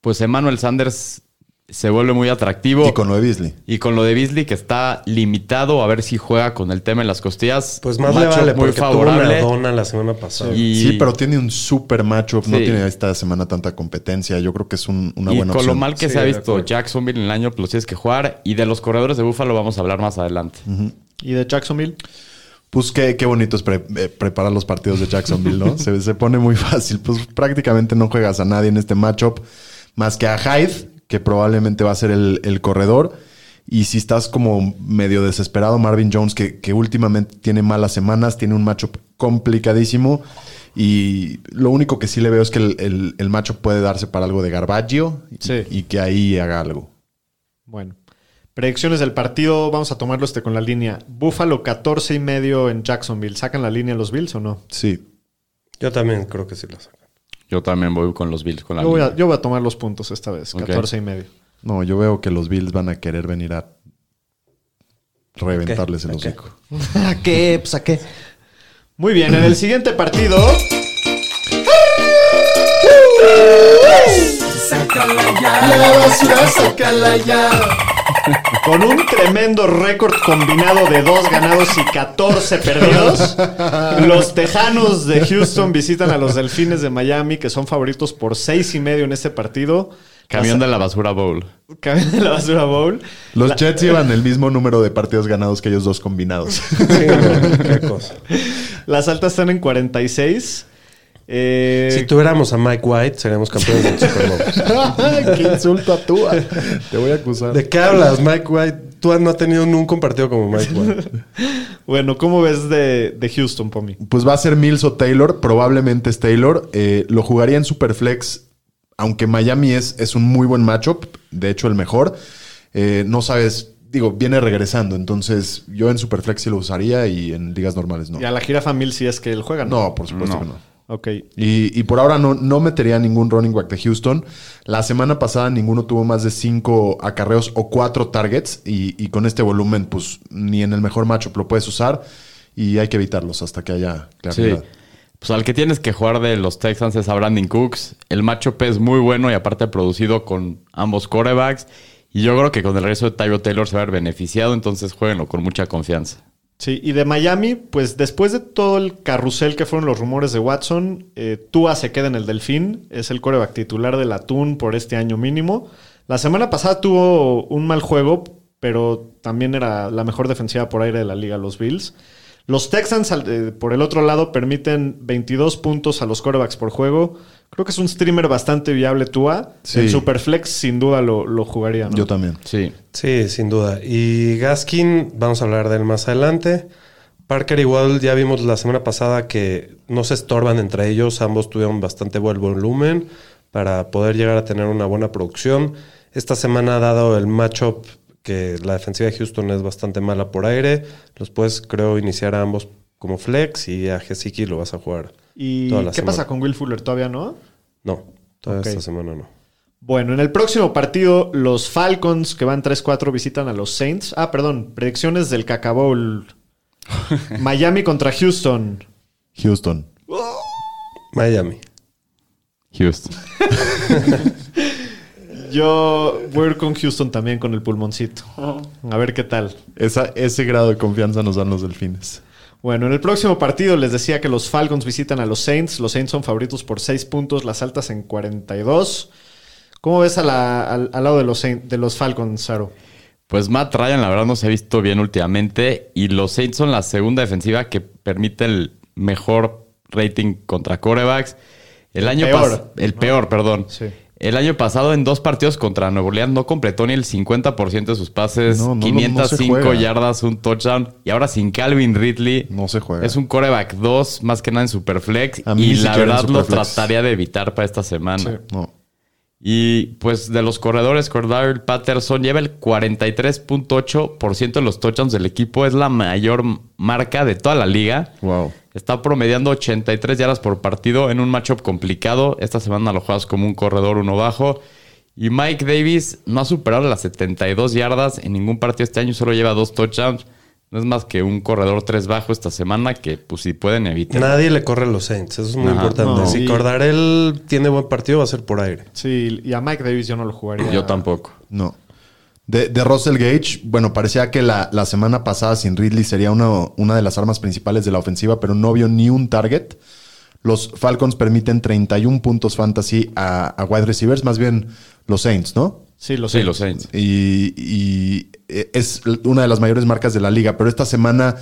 Speaker 5: pues Emmanuel Sanders se vuelve muy atractivo.
Speaker 3: Y con lo de Beasley.
Speaker 5: Y con lo de Beasley que está limitado, a ver si juega con el tema en las costillas.
Speaker 4: Pues más le
Speaker 5: Matchup
Speaker 4: vale, porque tuvo una dona la semana pasada.
Speaker 5: Y-
Speaker 3: Sí, pero tiene un super matchup. No
Speaker 5: Sí.
Speaker 3: tiene esta semana tanta competencia. Yo creo que es un- una
Speaker 5: y
Speaker 3: buena
Speaker 5: con
Speaker 3: opción.
Speaker 5: lo mal que
Speaker 4: Sí,
Speaker 5: se ha
Speaker 4: de
Speaker 5: visto
Speaker 4: acuerdo.
Speaker 5: Jacksonville en el año, pues lo tienes que jugar. Y de los corredores de Búfalo vamos a hablar más adelante.
Speaker 2: ¿Y de Jacksonville?
Speaker 3: Pues qué, qué bonito es pre- eh, preparar los partidos de Jacksonville, ¿no? se, se pone muy fácil. Pues prácticamente no juegas a nadie en este matchup, más que a Hyde, que probablemente va a ser el, el corredor. Y si estás como medio desesperado, Marvin Jones, que, que últimamente tiene malas semanas, tiene un matchup complicadísimo. Y lo único que sí le veo es que el, el- el matchup puede darse para algo de Garbaggio y-
Speaker 2: Sí.
Speaker 3: y que ahí haga algo.
Speaker 2: Bueno, predicciones del partido, vamos a tomarlo este con la línea. Buffalo 14 y medio en Jacksonville, ¿sacan la línea los Bills o no?
Speaker 3: Sí,
Speaker 4: Yo también creo que sí lo sacan.
Speaker 5: Yo también voy con los Bills, con la
Speaker 2: Yo voy, a,
Speaker 5: línea.
Speaker 2: yo voy a tomar los puntos esta vez,
Speaker 5: Ok.
Speaker 2: 14 y medio.
Speaker 3: No, yo veo que los Bills van a querer venir a reventarles el hocico.
Speaker 2: ¿A qué? Pues, ¿a qué? Muy bien, en el siguiente partido. Con un tremendo récord combinado de dos ganados y 14 perdidos, los Tejanos de Houston visitan a los Delfines de Miami, que son favoritos por seis y medio en este partido.
Speaker 5: Camión de la basura bowl.
Speaker 2: Las- Camión de la Basura Bowl.
Speaker 3: Los Jets llevan el mismo número de partidos ganados que ellos dos combinados.
Speaker 4: Sí, no, qué cosa.
Speaker 2: Las altas están en 46. Eh,
Speaker 4: Si tuviéramos a Mike White, seríamos campeones del Super Bowl.
Speaker 3: ¡Qué insulto a tú! Te voy a acusar.
Speaker 4: ¿De qué hablas, Mike White? Tú no has tenido nunca un partido como Mike White.
Speaker 2: Bueno, ¿cómo ves de, de Houston, Pomi?
Speaker 3: Pues va a ser Mills o Taylor, probablemente es Taylor. Eh, lo jugaría en Superflex, aunque Miami es, es un muy buen matchup, de hecho el mejor. Eh, no sabes, digo, viene regresando, entonces yo en Superflex sí lo usaría y en ligas normales no.
Speaker 2: Y a la jirafa Mil si es que él juega, ¿no?
Speaker 3: No, por supuesto que no.
Speaker 2: Ok.
Speaker 3: Y, y por ahora no, no metería ningún running back de Houston. La semana pasada ninguno tuvo más de cinco acarreos o cuatro targets. Y, y con este volumen, pues ni en el mejor matchup lo puedes usar. Y hay que evitarlos hasta que haya
Speaker 5: Sí.
Speaker 3: claridad.
Speaker 5: Pues al que tienes que jugar de los Texans es a Brandon Cooks. El matchup es muy bueno y aparte producido con ambos corebacks. Y yo creo que con el regreso de Tyro Taylor se va a ver beneficiado, entonces jueguenlo con mucha confianza.
Speaker 2: Sí, y de Miami, pues después de todo el carrusel que fueron los rumores de Watson, eh, Tua se queda en el Delfín, es el coreback titular del Atún por este año mínimo. La semana pasada tuvo un mal juego, pero también era la mejor defensiva por aire de la liga, los Bills. Los Texans, al- eh, por el otro lado, permiten 22 puntos a los corebacks por juego. Creo que es un streamer bastante viable, Tua.
Speaker 3: Sí.
Speaker 2: En Superflex, sin duda, lo, lo jugaría. ¿no?
Speaker 3: Yo también.
Speaker 5: Sí.
Speaker 4: Sí, sin duda. Y Gaskin, vamos a hablar de él más adelante. Parker igual ya vimos la semana pasada que no se estorban entre ellos, ambos tuvieron bastante buen volumen para poder llegar a tener una buena producción. Esta semana, dado el matchup que la defensiva de Houston es bastante mala por aire, los puedes, creo, iniciar a ambos como flex y a Gesicki lo vas a jugar.
Speaker 2: ¿Y
Speaker 4: toda la
Speaker 2: qué pasa
Speaker 4: semana.
Speaker 2: con Will Fuller? ¿Todavía no?
Speaker 4: No, toda
Speaker 2: Ok.
Speaker 4: esta semana no.
Speaker 2: Bueno, en el próximo partido, los Falcons, que van 3-4, visitan a los Saints. Ah, perdón, predicciones del Cacabowl. Miami contra Houston.
Speaker 3: Houston.
Speaker 4: Miami.
Speaker 5: Houston.
Speaker 2: Yo voy a ir con Houston también con el pulmoncito. A ver qué tal.
Speaker 3: Esa, ese grado de confianza nos dan los delfines.
Speaker 2: Bueno, en el próximo partido les decía que los Falcons visitan a los Saints. Los Saints son favoritos por 6 puntos, las altas en 42. ¿Cómo ves a la- al, al lado de los, Saints- de los Falcons, Saro?
Speaker 5: Pues Matt Ryan, la verdad, no se ha visto bien últimamente. Y los Saints son la segunda defensiva que permite el mejor rating contra corebacks. El, año
Speaker 2: peor.
Speaker 5: pas- El peor, perdón.
Speaker 2: Sí.
Speaker 5: El año pasado, en dos partidos contra Nuevo León, no completó ni el 50% de sus pases,
Speaker 3: No, no, no, no se
Speaker 5: 505
Speaker 3: juega.
Speaker 5: yardas, un touchdown. Y ahora sin Calvin Ridley.
Speaker 3: No se juega.
Speaker 5: Es un coreback 2, más que nada en Superflex.
Speaker 3: A mí
Speaker 5: Y
Speaker 3: ni
Speaker 5: la
Speaker 3: siquiera en
Speaker 5: verdad lo
Speaker 3: Superflex.
Speaker 5: trataría de evitar para esta semana.
Speaker 3: No.
Speaker 5: Y pues de los corredores, Cordell Patterson lleva el 43.8% de los touchdowns del equipo. Es la mayor marca de toda la liga.
Speaker 3: Wow.
Speaker 5: Está promediando 83 yardas por partido en un matchup complicado. Esta semana lo juegas como un corredor uno bajo. Y Mike Davis no ha superado las 72 yardas en ningún partido este año. Solo lleva dos touchdowns. No es más que un corredor tres bajo esta semana que pues si pueden evitar.
Speaker 4: Nadie le corre a los Saints, eso es muy
Speaker 5: Ajá.
Speaker 4: importante.
Speaker 2: No.
Speaker 4: Si
Speaker 2: Y-
Speaker 4: Cordarel tiene buen partido, va a ser por aire.
Speaker 2: Sí, y a Mike Davis yo no lo jugaría.
Speaker 5: Yo tampoco.
Speaker 3: No. De, de Russell Gage, bueno, parecía que la, la semana pasada sin Ridley sería una, una de las armas principales de la ofensiva, pero no vio ni un target. Los Falcons permiten 31 puntos fantasy a, a wide receivers, más bien los Saints, ¿no?
Speaker 2: Sí, los
Speaker 5: Sí,
Speaker 2: Saints.
Speaker 5: los Saints.
Speaker 3: Y, y e, es una de las mayores marcas de la liga, pero esta semana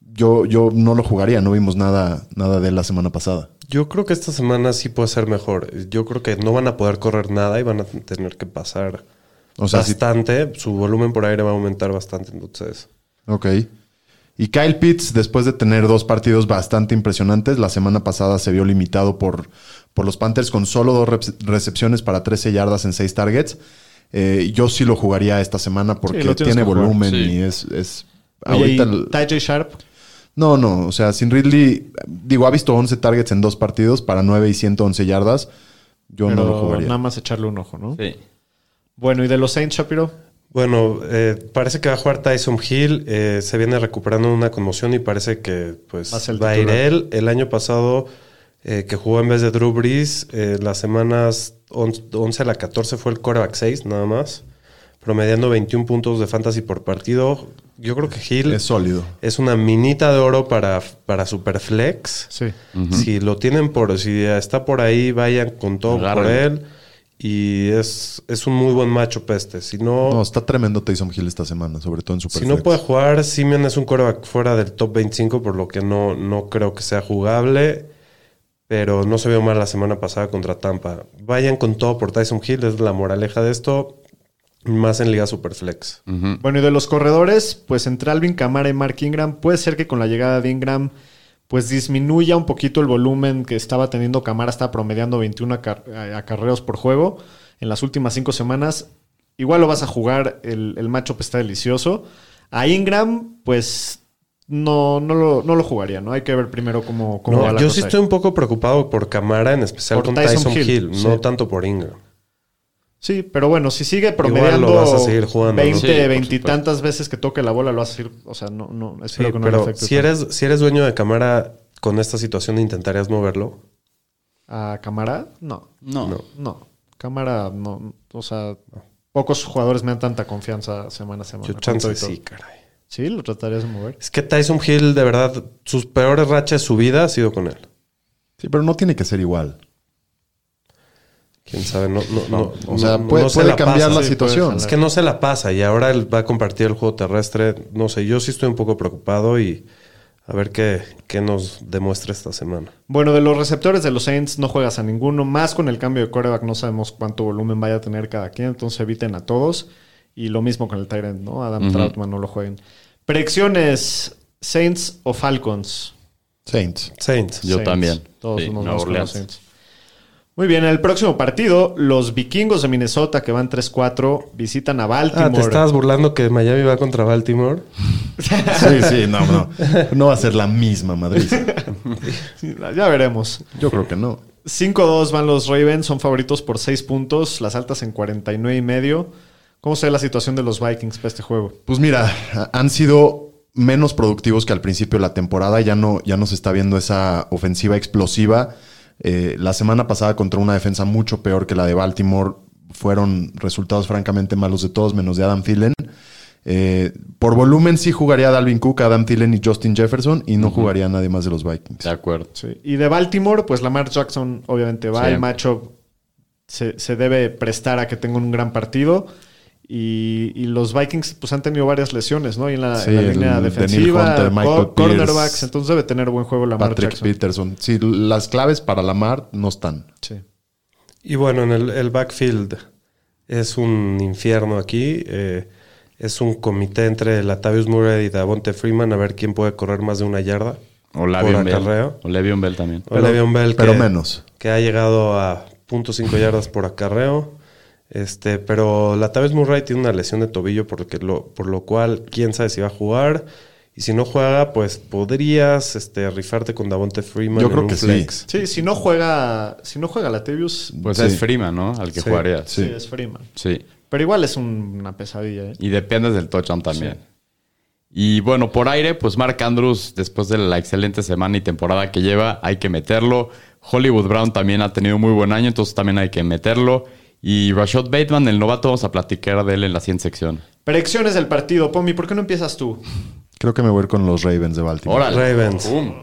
Speaker 3: yo, yo no lo jugaría, no vimos nada, nada de él la semana pasada.
Speaker 4: Yo creo que esta semana sí puede ser mejor. Yo creo que no van a poder correr nada y van a tener que pasar
Speaker 3: O sea, sí-
Speaker 4: bastante. Su volumen por aire va a aumentar bastante, entonces.
Speaker 3: Ok. Y Kyle Pitts, después de tener dos partidos bastante impresionantes, la semana pasada se vio limitado por, por los Panthers con solo dos rep- recepciones para 13 yardas en seis targets. Eh, yo sí lo jugaría esta semana porque
Speaker 2: Sí, lo tienes
Speaker 3: tiene
Speaker 2: que jugar,
Speaker 3: volumen
Speaker 5: sí.
Speaker 3: y es... es
Speaker 2: Oye,
Speaker 3: ahorita
Speaker 2: y
Speaker 3: el-
Speaker 2: Ty J. Sharp,
Speaker 3: no, no, o sea, sin Ridley, digo, ha visto 11 targets en dos partidos para 9 y 111 yardas. Yo
Speaker 2: pero
Speaker 3: no lo jugaría.
Speaker 2: nada más echarle un ojo, ¿no?
Speaker 5: Sí.
Speaker 2: Bueno, ¿y de los Saints, Shapiro?
Speaker 4: Bueno, eh, parece que va a jugar Tyson Hill. eh, se viene recuperando de una conmoción y parece que pues
Speaker 2: Va a ser el
Speaker 4: va a ir
Speaker 2: titular.
Speaker 4: él. El año pasado eh, que jugó en vez de Drew Brees, eh, las semanas on- 11 a la 14 fue el coreback 6 nada más, promediando 21 puntos de fantasy por partido. Yo creo que Hill
Speaker 3: Es sólido.
Speaker 4: es una minita de oro para, para Superflex.
Speaker 2: Sí.
Speaker 4: Si lo tienen por, si está por ahí, vayan con todo por
Speaker 5: Agárrenlo.
Speaker 4: él. Y es, es un muy buen macho peste. Si no,
Speaker 3: No, está tremendo Taysom Hill esta semana, sobre todo en Super
Speaker 4: si no puede jugar, Simeon es un coreback fuera del top 25, por lo que no, no creo que sea jugable. Pero no se vio mal la semana pasada contra Tampa. Vayan con todo por Tyson Hill, es la moraleja de esto. Más en Liga Superflex.
Speaker 2: Bueno, y de los corredores, pues entre Alvin Kamara y Mark Ingram, puede ser que con la llegada de Ingram, pues disminuya un poquito el volumen que estaba teniendo Kamara, estaba promediando 21 acar- eh, acarreos por juego en las últimas cinco semanas. Igual lo vas a jugar, el, el matchup está delicioso. A Ingram, pues no, no, lo, no lo jugaría, ¿no? Hay que ver primero cómo, cómo
Speaker 4: No,
Speaker 2: va la
Speaker 4: yo
Speaker 2: cosa
Speaker 4: sí
Speaker 2: ahí.
Speaker 4: estoy un poco preocupado por Camara, en especial
Speaker 2: Por
Speaker 4: con
Speaker 2: Tyson
Speaker 4: Tyson,
Speaker 2: Hill,
Speaker 4: Hill,
Speaker 2: sí.
Speaker 4: no tanto por Ingram.
Speaker 2: Sí, pero bueno, si sigue promediando
Speaker 4: vas a seguir jugando, ¿no?
Speaker 2: 20,
Speaker 5: Sí, por
Speaker 2: 20 y
Speaker 5: supuesto.
Speaker 2: tantas veces que toque la bola, lo vas a seguir. O sea, no, no, espero
Speaker 4: Sí,
Speaker 2: que no le
Speaker 4: pero
Speaker 2: afecte
Speaker 4: si
Speaker 2: tanto.
Speaker 4: eres, si eres dueño de Camara con esta situación, ¿intentarías moverlo?
Speaker 2: ¿A cámara? No,
Speaker 5: No.
Speaker 2: no. Cámara, no. O sea, pocos jugadores me dan tanta confianza semana a semana.
Speaker 4: Yo
Speaker 2: con
Speaker 4: chance
Speaker 2: todo y todo.
Speaker 4: sí, caray.
Speaker 2: Sí, lo tratarías de mover.
Speaker 4: Es que Tyson Hill, de verdad, sus peores rachas de su vida ha sido con él.
Speaker 3: Sí, pero no tiene que ser igual.
Speaker 4: Quién sabe, no, no, no.
Speaker 3: O sea,
Speaker 4: no-
Speaker 3: puede,
Speaker 4: no se
Speaker 3: puede
Speaker 4: la
Speaker 3: cambiar
Speaker 4: pasa.
Speaker 3: la
Speaker 2: sí,
Speaker 3: situación.
Speaker 2: puede
Speaker 4: Es que no se la pasa y ahora él va a compartir el juego terrestre. No sé, yo sí estoy un poco preocupado y a ver qué, qué nos demuestra esta semana.
Speaker 2: Bueno, de los receptores de los Saints no juegas a ninguno. Más con el cambio de quarterback no sabemos cuánto volumen vaya a tener cada quien, entonces eviten a todos. Y lo mismo con el Tyrant, ¿no? Adam Troutman no lo jueguen. Predicciones, Saints o Falcons.
Speaker 3: Saints.
Speaker 4: Saints.
Speaker 5: Yo
Speaker 2: Saints.
Speaker 5: también.
Speaker 2: Todos
Speaker 5: Sí,
Speaker 2: nos
Speaker 5: Nueva
Speaker 2: vamos con los
Speaker 5: Orleans.
Speaker 2: Saints. Muy bien, en el próximo partido, los vikingos de Minnesota, que van 3-4, visitan a Baltimore.
Speaker 4: Ah, ¿te estabas burlando que Miami va contra Baltimore?
Speaker 3: Sí, sí, no, no. No va a ser la misma Madrid.
Speaker 2: Sí, Ya veremos.
Speaker 3: Yo creo que no.
Speaker 2: 5-2 van los Ravens, son favoritos por 6 puntos, las altas en 49 y medio. ¿Cómo se ve la situación de los Vikings para este juego?
Speaker 3: Pues mira, a- han sido menos productivos que al principio de la temporada. Ya no, ya no se está viendo esa ofensiva explosiva. Eh, la semana pasada contra una defensa mucho peor que la de Baltimore. Fueron resultados francamente malos de todos, menos de Adam Thielen. Eh, por volumen sí jugaría a Dalvin Cook, Adam Thielen y Justin Jefferson. Y no jugaría a nadie más de los Vikings.
Speaker 5: De acuerdo.
Speaker 2: Sí. Y de Baltimore, pues Lamar Jackson obviamente va.
Speaker 5: Sí.
Speaker 2: El matchup se, se debe prestar a que tengan un gran partido. Y, y los Vikings pues han tenido varias lesiones, ¿no? Y en la,
Speaker 3: Sí,
Speaker 2: en la
Speaker 3: el
Speaker 2: línea
Speaker 3: de Neil
Speaker 2: defensiva,
Speaker 3: Hunter, Michael
Speaker 2: cor-
Speaker 3: Pierce,
Speaker 2: cornerbacks, entonces debe tener buen juego Lamar
Speaker 3: Patrick
Speaker 2: Jackson.
Speaker 3: Peterson. Sí, las claves para Lamar no están.
Speaker 2: Sí.
Speaker 4: Y bueno, en el, el backfield es un infierno aquí. eh, es un comité entre Latavius Murray y Davonte Freeman a ver quién puede correr más de una yarda.
Speaker 5: O
Speaker 4: Por
Speaker 5: Le'Veon Bell.
Speaker 4: acarreo.
Speaker 5: O Le'Veon Bell también.
Speaker 4: Le'Veon Bell,
Speaker 3: pero
Speaker 4: que-
Speaker 3: menos.
Speaker 4: que ha llegado a .5 yardas por acarreo. Este, pero Latavius Murray tiene una lesión de tobillo por lo, que lo- por lo cual quién sabe si va a jugar. Y si no juega, pues podrías este, rifarte con Davonte Freeman
Speaker 3: Yo
Speaker 4: en
Speaker 3: creo
Speaker 4: un
Speaker 3: que sí.
Speaker 4: flex.
Speaker 2: Sí, si no juega, si no juega Latavius,
Speaker 5: Pues
Speaker 3: Sí.
Speaker 5: es Freeman, ¿no? Al que
Speaker 4: Sí,
Speaker 5: jugarías.
Speaker 2: sí.
Speaker 3: Sí.
Speaker 2: es Freeman.
Speaker 5: Sí.
Speaker 2: Pero igual es un- una pesadilla, ¿eh?
Speaker 5: Y dependes del touchdown también. Y bueno, por aire, pues Mark Andrews, después de la excelente semana y temporada que lleva, hay que meterlo. Hollywood Brown también ha tenido muy buen año, entonces también hay que meterlo. Y Rashad Bateman, el novato, vamos a platicar de él en la siguiente sección.
Speaker 2: Predicciones del partido, Pomi, ¿por qué no empiezas tú?
Speaker 3: Creo que me voy a ir con los Ravens de Baltimore.
Speaker 5: Órale.
Speaker 4: Ravens.
Speaker 2: Uh.
Speaker 5: Pum.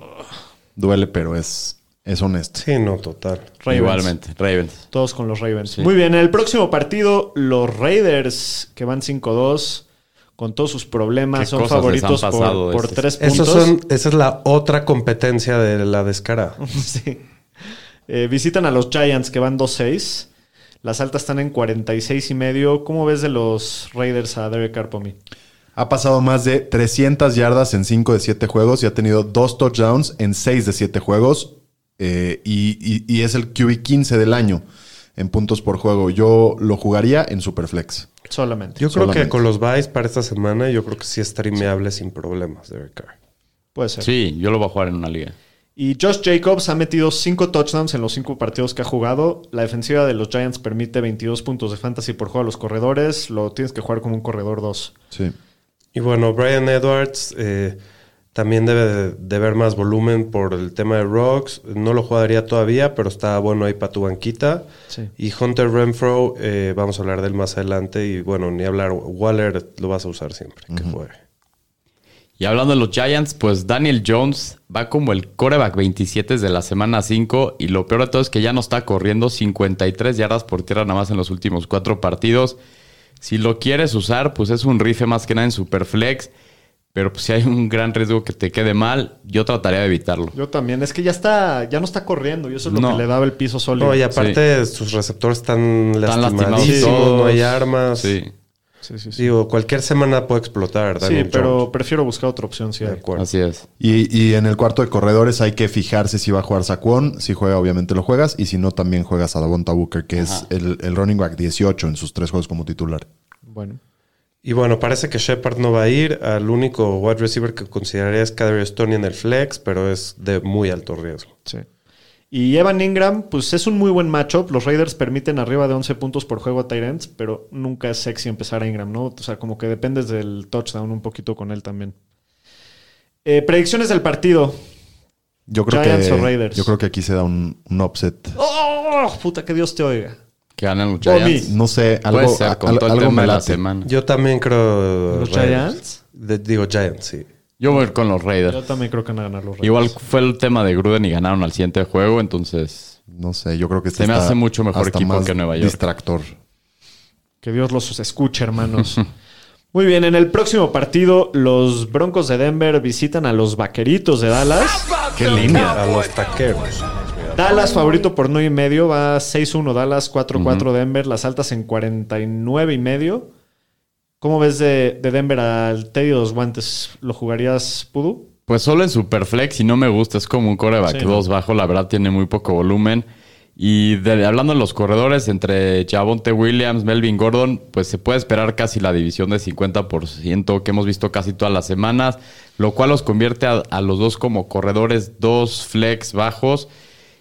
Speaker 3: Duele, pero es, es honesto.
Speaker 4: Sí, no, total.
Speaker 2: Ravens.
Speaker 5: Igualmente, Ravens.
Speaker 2: Todos con los Ravens. Muy bien, en el próximo partido, los Raiders, que van 5-2, con todos sus problemas,
Speaker 5: Qué
Speaker 2: son
Speaker 5: cosas les han
Speaker 2: favoritos por,
Speaker 5: pasado este.
Speaker 2: por
Speaker 5: estos.
Speaker 2: tres puntos.
Speaker 4: Esos son, esa es la otra competencia de la descarada.
Speaker 2: Sí. Eh, visitan a los Giants, que van 2-6. Las altas están en 46 y medio. ¿Cómo ves de los Raiders a Derek Carr, Pomi?
Speaker 3: Ha pasado más de 300 yardas en 5 de 7 juegos y ha tenido 2 touchdowns en 6 de 7 juegos. eh, y, y- y es el QB 15 del año en puntos por juego. Yo lo jugaría en Superflex.
Speaker 2: Solamente.
Speaker 4: Yo creo
Speaker 3: Solamente.
Speaker 4: que con los buys para esta semana, yo creo que sí es streameable sin problemas, Derek Carr.
Speaker 2: Puede ser.
Speaker 5: Sí, yo lo voy a jugar en una liga.
Speaker 2: Y Josh Jacobs ha metido 5 touchdowns en los 5 partidos que ha jugado. La defensiva de los Giants permite 22 puntos de fantasy por juego a los corredores. Lo tienes que jugar como un corredor 2.
Speaker 3: Sí.
Speaker 4: Y bueno, Brian Edwards eh, también debe de, de ver más volumen por el tema de Rocks. No lo jugaría todavía, pero está bueno ahí para tu banquita.
Speaker 2: Sí.
Speaker 4: Y Hunter Renfro, eh, vamos a hablar de él más adelante. Y bueno, ni hablar, Waller lo vas a usar siempre, que juegue.
Speaker 5: Y hablando de los Giants, pues Daniel Jones va como el coreback 27 de la semana 5 y lo peor de todo es que ya no está corriendo 53 yardas por tierra nada más en los últimos cuatro partidos. Si lo quieres usar, pues es un rife más que nada en Superflex, pero pues si hay un gran riesgo que te quede mal, yo trataría de evitarlo.
Speaker 2: Yo también. Es que ya está, ya no está corriendo. Y eso es lo
Speaker 5: No.
Speaker 2: que le daba el piso sólido.
Speaker 4: No, y aparte sus receptores están
Speaker 5: Están lastimados
Speaker 4: lastimadísimos,
Speaker 5: todos.
Speaker 4: no hay armas.
Speaker 5: Sí,
Speaker 2: Sí, sí, sí.
Speaker 4: Digo, cualquier semana puede explotar.
Speaker 2: Sí,
Speaker 4: Daniel
Speaker 2: pero
Speaker 4: Jones.
Speaker 2: prefiero buscar otra opción si
Speaker 4: De
Speaker 2: hay.
Speaker 4: acuerdo.
Speaker 5: así es.
Speaker 3: Y, y en el cuarto de corredores hay que fijarse si va a jugar Saquon. Si juega, obviamente lo juegas. Y si no, también juegas a Davonta Booker, que es el, el running back 18 en sus 3 juegos como titular.
Speaker 2: Bueno.
Speaker 4: Y bueno, parece que Shepard no va a ir. Al único wide receiver que consideraría es Kadarius Tony en el flex, pero es de muy alto riesgo.
Speaker 2: Sí. Y Evan Ingram, pues es un muy buen matchup. Los Raiders permiten arriba de 11 puntos por juego a Tyrants, pero nunca es sexy empezar a Ingram, ¿no? O sea, como que dependes del touchdown un poquito con él también. Eh, predicciones del partido.
Speaker 3: Yo creo,
Speaker 2: Giants o
Speaker 3: que,
Speaker 2: Raiders.
Speaker 3: yo creo que aquí se da un, un upset.
Speaker 2: ¡Oh! Puta, que Dios te oiga.
Speaker 5: Que ganan los Giants.
Speaker 3: No sé,
Speaker 5: Puede
Speaker 3: algo,
Speaker 5: ser, con
Speaker 3: al-
Speaker 5: todo el
Speaker 3: algo
Speaker 5: tema
Speaker 3: me
Speaker 5: de la
Speaker 3: late.
Speaker 5: semana.
Speaker 4: Yo también creo.
Speaker 2: ¿Los
Speaker 4: Raiders.
Speaker 2: Giants?
Speaker 4: De- digo, Giants, sí.
Speaker 5: Yo voy con los Raiders.
Speaker 2: Yo también creo que van a ganar los Raiders.
Speaker 5: Igual fue el tema de Gruden y ganaron al siguiente juego, entonces
Speaker 3: No sé, yo creo que este
Speaker 5: Se me
Speaker 3: está
Speaker 5: hace mucho mejor
Speaker 3: hasta
Speaker 5: equipo
Speaker 3: más
Speaker 5: que Nueva York.
Speaker 3: Distractor.
Speaker 2: Que Dios los escuche, hermanos. Muy bien, en el próximo partido, los Broncos de Denver visitan a los Vaqueritos de Dallas.
Speaker 3: Qué línea.
Speaker 4: A los taqueros.
Speaker 2: Dallas favorito por 9 y medio, va 6-1 Dallas, 4-4 Denver, las altas en 49 y medio. ¿Cómo ves de, de Denver al Teddy de los guantes? ¿Lo jugarías, Pudu?
Speaker 5: Pues solo en Superflex y no me gusta. Es como un coreback
Speaker 2: Sí, ¿no?
Speaker 5: dos bajo. La verdad tiene muy poco volumen. Y de- hablando de los corredores, entre Javonte Williams, Melvin Gordon, pues se puede esperar casi la división de 50% que hemos visto casi todas las semanas, lo cual los convierte a, a los dos como corredores dos flex bajos.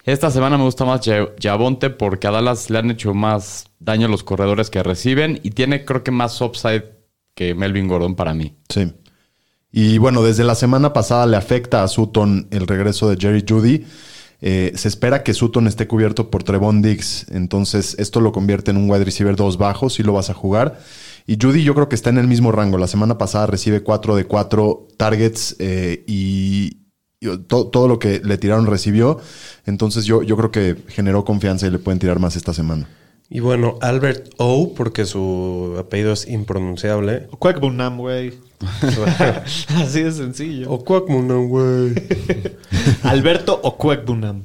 Speaker 5: Esta semana me gusta más Ja- Javonte porque a Dallas le han hecho más daño los corredores que reciben y tiene creo que más upside que Melvin Gordon para mí.
Speaker 3: Sí. Y bueno, desde la semana pasada le afecta a Sutton el regreso de Jerry Judy. Eh, se espera que Sutton esté cubierto por Trevon Diggs. Entonces, esto lo convierte en un wide receiver 2 bajo, si lo vas a jugar. Y Judy yo creo que está en el mismo rango. La semana pasada recibe 4 de 4 targets eh, y, y to- todo lo que le tiraron recibió. Entonces, yo, yo creo que generó confianza y le pueden tirar más esta semana.
Speaker 4: Y bueno, Albert O, porque su apellido es impronunciable.
Speaker 2: Quackbunam, güey. Así de sencillo.
Speaker 4: O Cuauhtémoc, güey.
Speaker 2: Alberto o Quackbunam.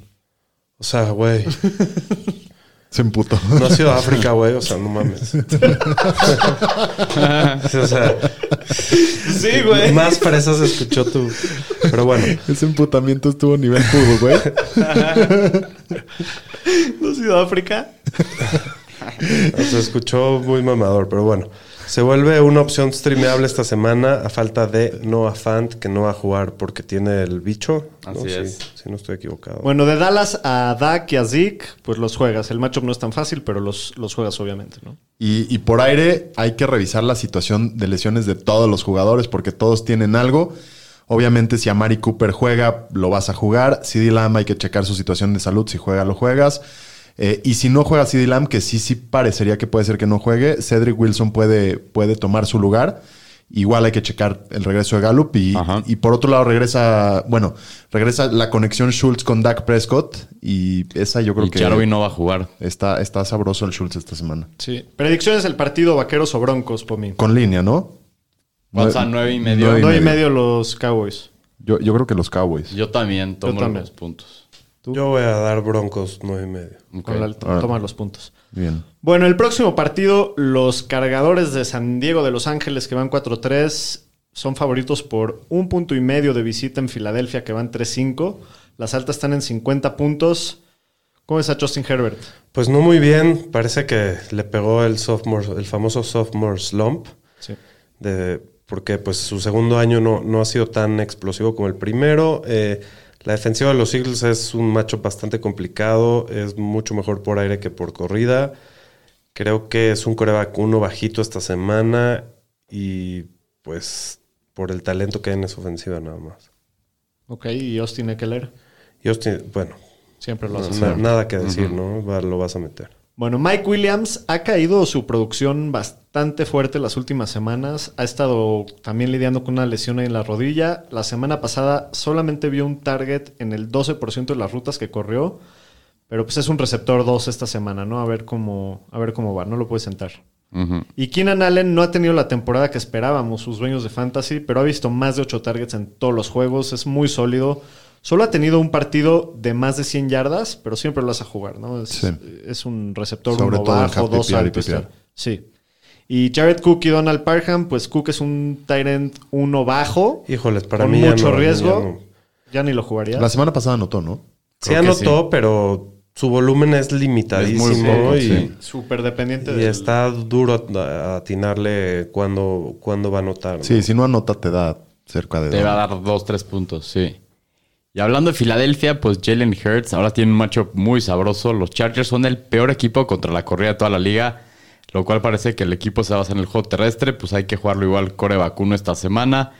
Speaker 4: O sea, güey.
Speaker 3: Se emputó.
Speaker 4: No ha sido África, güey. O sea, no mames. Sí, o sea,
Speaker 2: Sí,
Speaker 4: más fresas escuchó tú. Pero bueno.
Speaker 3: Ese emputamiento estuvo a nivel fútbol, güey.
Speaker 2: ¿No Sudáfrica?
Speaker 4: O sea, escuchó muy mamador, pero bueno. Se vuelve una opción streameable esta semana a falta de Noah Fant, que no va a jugar porque tiene el bicho. ¿no?
Speaker 5: Así
Speaker 4: Sí,
Speaker 5: es.
Speaker 4: sí, no estoy equivocado.
Speaker 2: Bueno, de Dallas a Dak y a Zeke, pues los juegas. El matchup no es tan fácil, pero los, los juegas obviamente, ¿no?
Speaker 3: Y, y por aire hay que revisar la situación de lesiones de todos los jugadores porque todos tienen algo. Obviamente si Amari Cooper juega, lo vas a jugar. CD Lamb hay que checar su situación de salud. Si juega, lo juegas. Eh, y si no juega CD Lamb, que sí, sí parecería que puede ser que no juegue, Cedric Wilson puede, puede tomar su lugar. Igual hay que checar el regreso de Gallup. Y,
Speaker 5: Ajá.
Speaker 3: y por otro lado regresa, bueno, regresa la conexión Schultz con Dak Prescott. Y esa yo creo
Speaker 5: Y
Speaker 3: que
Speaker 5: Jaroby no va a jugar.
Speaker 3: está, está sabroso el Schultz esta semana.
Speaker 2: Sí. Predicciones del partido vaqueros o broncos, por mí.
Speaker 3: Con línea, ¿no?
Speaker 5: O sea, nueve y medio.
Speaker 3: Nueve
Speaker 2: Doy
Speaker 3: y
Speaker 2: y
Speaker 3: medio.
Speaker 2: medio los Cowboys.
Speaker 3: Yo, yo creo que los Cowboys.
Speaker 5: Yo también tomo
Speaker 2: también.
Speaker 5: los puntos.
Speaker 4: Yo voy a dar broncos nueve y medio.
Speaker 5: Ok.
Speaker 2: Con la- toma los puntos.
Speaker 3: Bien.
Speaker 2: Bueno, el próximo partido, los cargadores de San Diego de Los Ángeles que van 4-3 son favoritos por un punto y medio de visita en Filadelfia que van 3-5. Las altas están en 50 puntos. ¿Cómo es a Justin Herbert?
Speaker 4: Pues no muy bien. Parece que le pegó el sophomore, el famoso sophomore slump.
Speaker 2: Sí.
Speaker 4: de- porque pues su segundo año no, no ha sido tan explosivo como el primero. Eh, la defensiva de los Eagles es un macho bastante complicado, es mucho mejor por aire que por corrida. Creo que es un coreback uno bajito esta semana y pues por el talento que hay en esa ofensiva nada más.
Speaker 2: Ok, y Austin Eckler
Speaker 4: Y Austin, bueno,
Speaker 2: siempre lo
Speaker 4: na-
Speaker 2: hace.
Speaker 4: nada que decir, ¿no? Va- lo vas a meter.
Speaker 2: Bueno, Mike Williams ha caído su producción bastante fuerte las últimas semanas. Ha estado también lidiando con una lesión en la rodilla. La semana pasada solamente vio un target en el 12% de las rutas que corrió. Pero pues es un receptor 2 esta semana, ¿no? A ver cómo, a ver cómo va, no lo puede sentar.
Speaker 5: Ujú.
Speaker 2: Y Keenan Allen no ha tenido la temporada que esperábamos, sus dueños de fantasy, pero ha visto más de 8 targets en todos los juegos, es muy sólido. Solo ha tenido un partido de más de 100 yardas, pero siempre lo vas a jugar, ¿no? Es,
Speaker 3: Sí.
Speaker 2: es un receptor
Speaker 3: Sobre
Speaker 2: uno
Speaker 3: todo en
Speaker 2: bajo,
Speaker 3: half
Speaker 2: dos
Speaker 3: PPR y
Speaker 2: altos.
Speaker 3: PPR.
Speaker 2: Sí. Y Jared Cook y Donald Parham, pues Cook es un tight end uno bajo.
Speaker 4: Híjoles, para
Speaker 2: con
Speaker 4: mí ya
Speaker 2: mucho
Speaker 4: no,
Speaker 2: riesgo.
Speaker 4: ya no.
Speaker 2: Ya ni lo jugaría.
Speaker 3: La semana pasada anotó, ¿no?
Speaker 4: Sí
Speaker 5: Creo que
Speaker 4: anotó, pero su volumen es limitadísimo
Speaker 5: poco,
Speaker 4: y
Speaker 5: sí.
Speaker 2: Súper dependiente
Speaker 4: Y
Speaker 2: de
Speaker 4: está duro at- a- atinarle cuándo, cuándo va a anotar. ¿no?
Speaker 3: Sí, si no anota te da cerca de...
Speaker 5: Te va
Speaker 3: dos.
Speaker 5: a dar dos, tres puntos, sí. Y hablando de Filadelfia, pues Jalen Hurts ahora tiene un matchup muy sabroso. Los Chargers son el peor equipo contra la corrida de toda la liga, lo cual parece que el equipo se basa en el juego terrestre, pues hay que jugarlo igual core vacuno esta semana.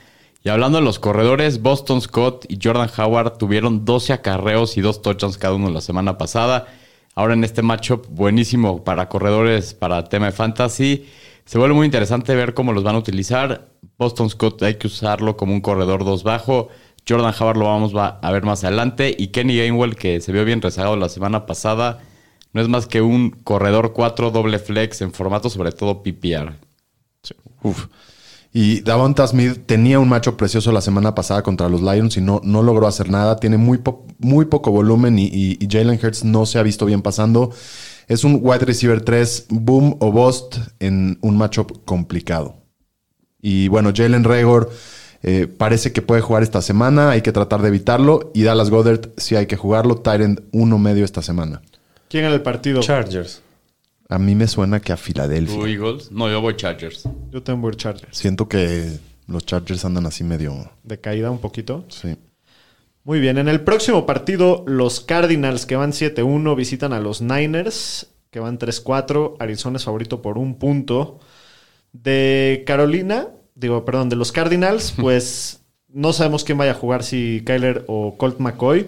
Speaker 5: Y hablando de los corredores, Boston Scott y Jordan Howard tuvieron 12 acarreos y dos touchdowns cada uno la semana pasada. Ahora en este matchup, buenísimo para corredores, para tema de fantasy. Se vuelve muy interesante ver cómo los van a utilizar. Boston Scott hay que usarlo como un corredor dos bajo. Jordan Howard lo vamos va- a ver más adelante. Y Kenny Gainwell, que se vio bien rezagado la semana pasada, no es más que un corredor 4 doble flex en formato sobre todo PPR.
Speaker 3: Uf. Y Davonta Smith tenía un macho precioso la semana pasada contra los Lions y no, no logró hacer nada. Tiene muy, po- muy poco volumen y, y- y Jalen Hurts no se ha visto bien pasando. Es un wide receiver 3, boom o bust en un matchup complicado. Y bueno, Jalen Regor eh, parece que puede jugar esta semana. Hay que tratar de evitarlo. Y Dallas Goddard sí hay que jugarlo. Tyrant 1 medio esta semana.
Speaker 2: ¿Quién gana el partido?
Speaker 4: Chargers.
Speaker 3: A mí me suena que a Filadelfia.
Speaker 5: ¿Tú Eagles? No, yo voy Chargers.
Speaker 2: Yo tengo voy Chargers.
Speaker 3: Siento que los Chargers andan así medio...
Speaker 2: De caída un poquito.
Speaker 3: Sí.
Speaker 2: Muy bien, en el próximo partido, los Cardinals que van 7-1 visitan a los Niners que van 3-4. Arizona es favorito por un punto. De Carolina, digo, perdón, de los Cardinals, pues no sabemos quién vaya a jugar, si Kyler o Colt McCoy.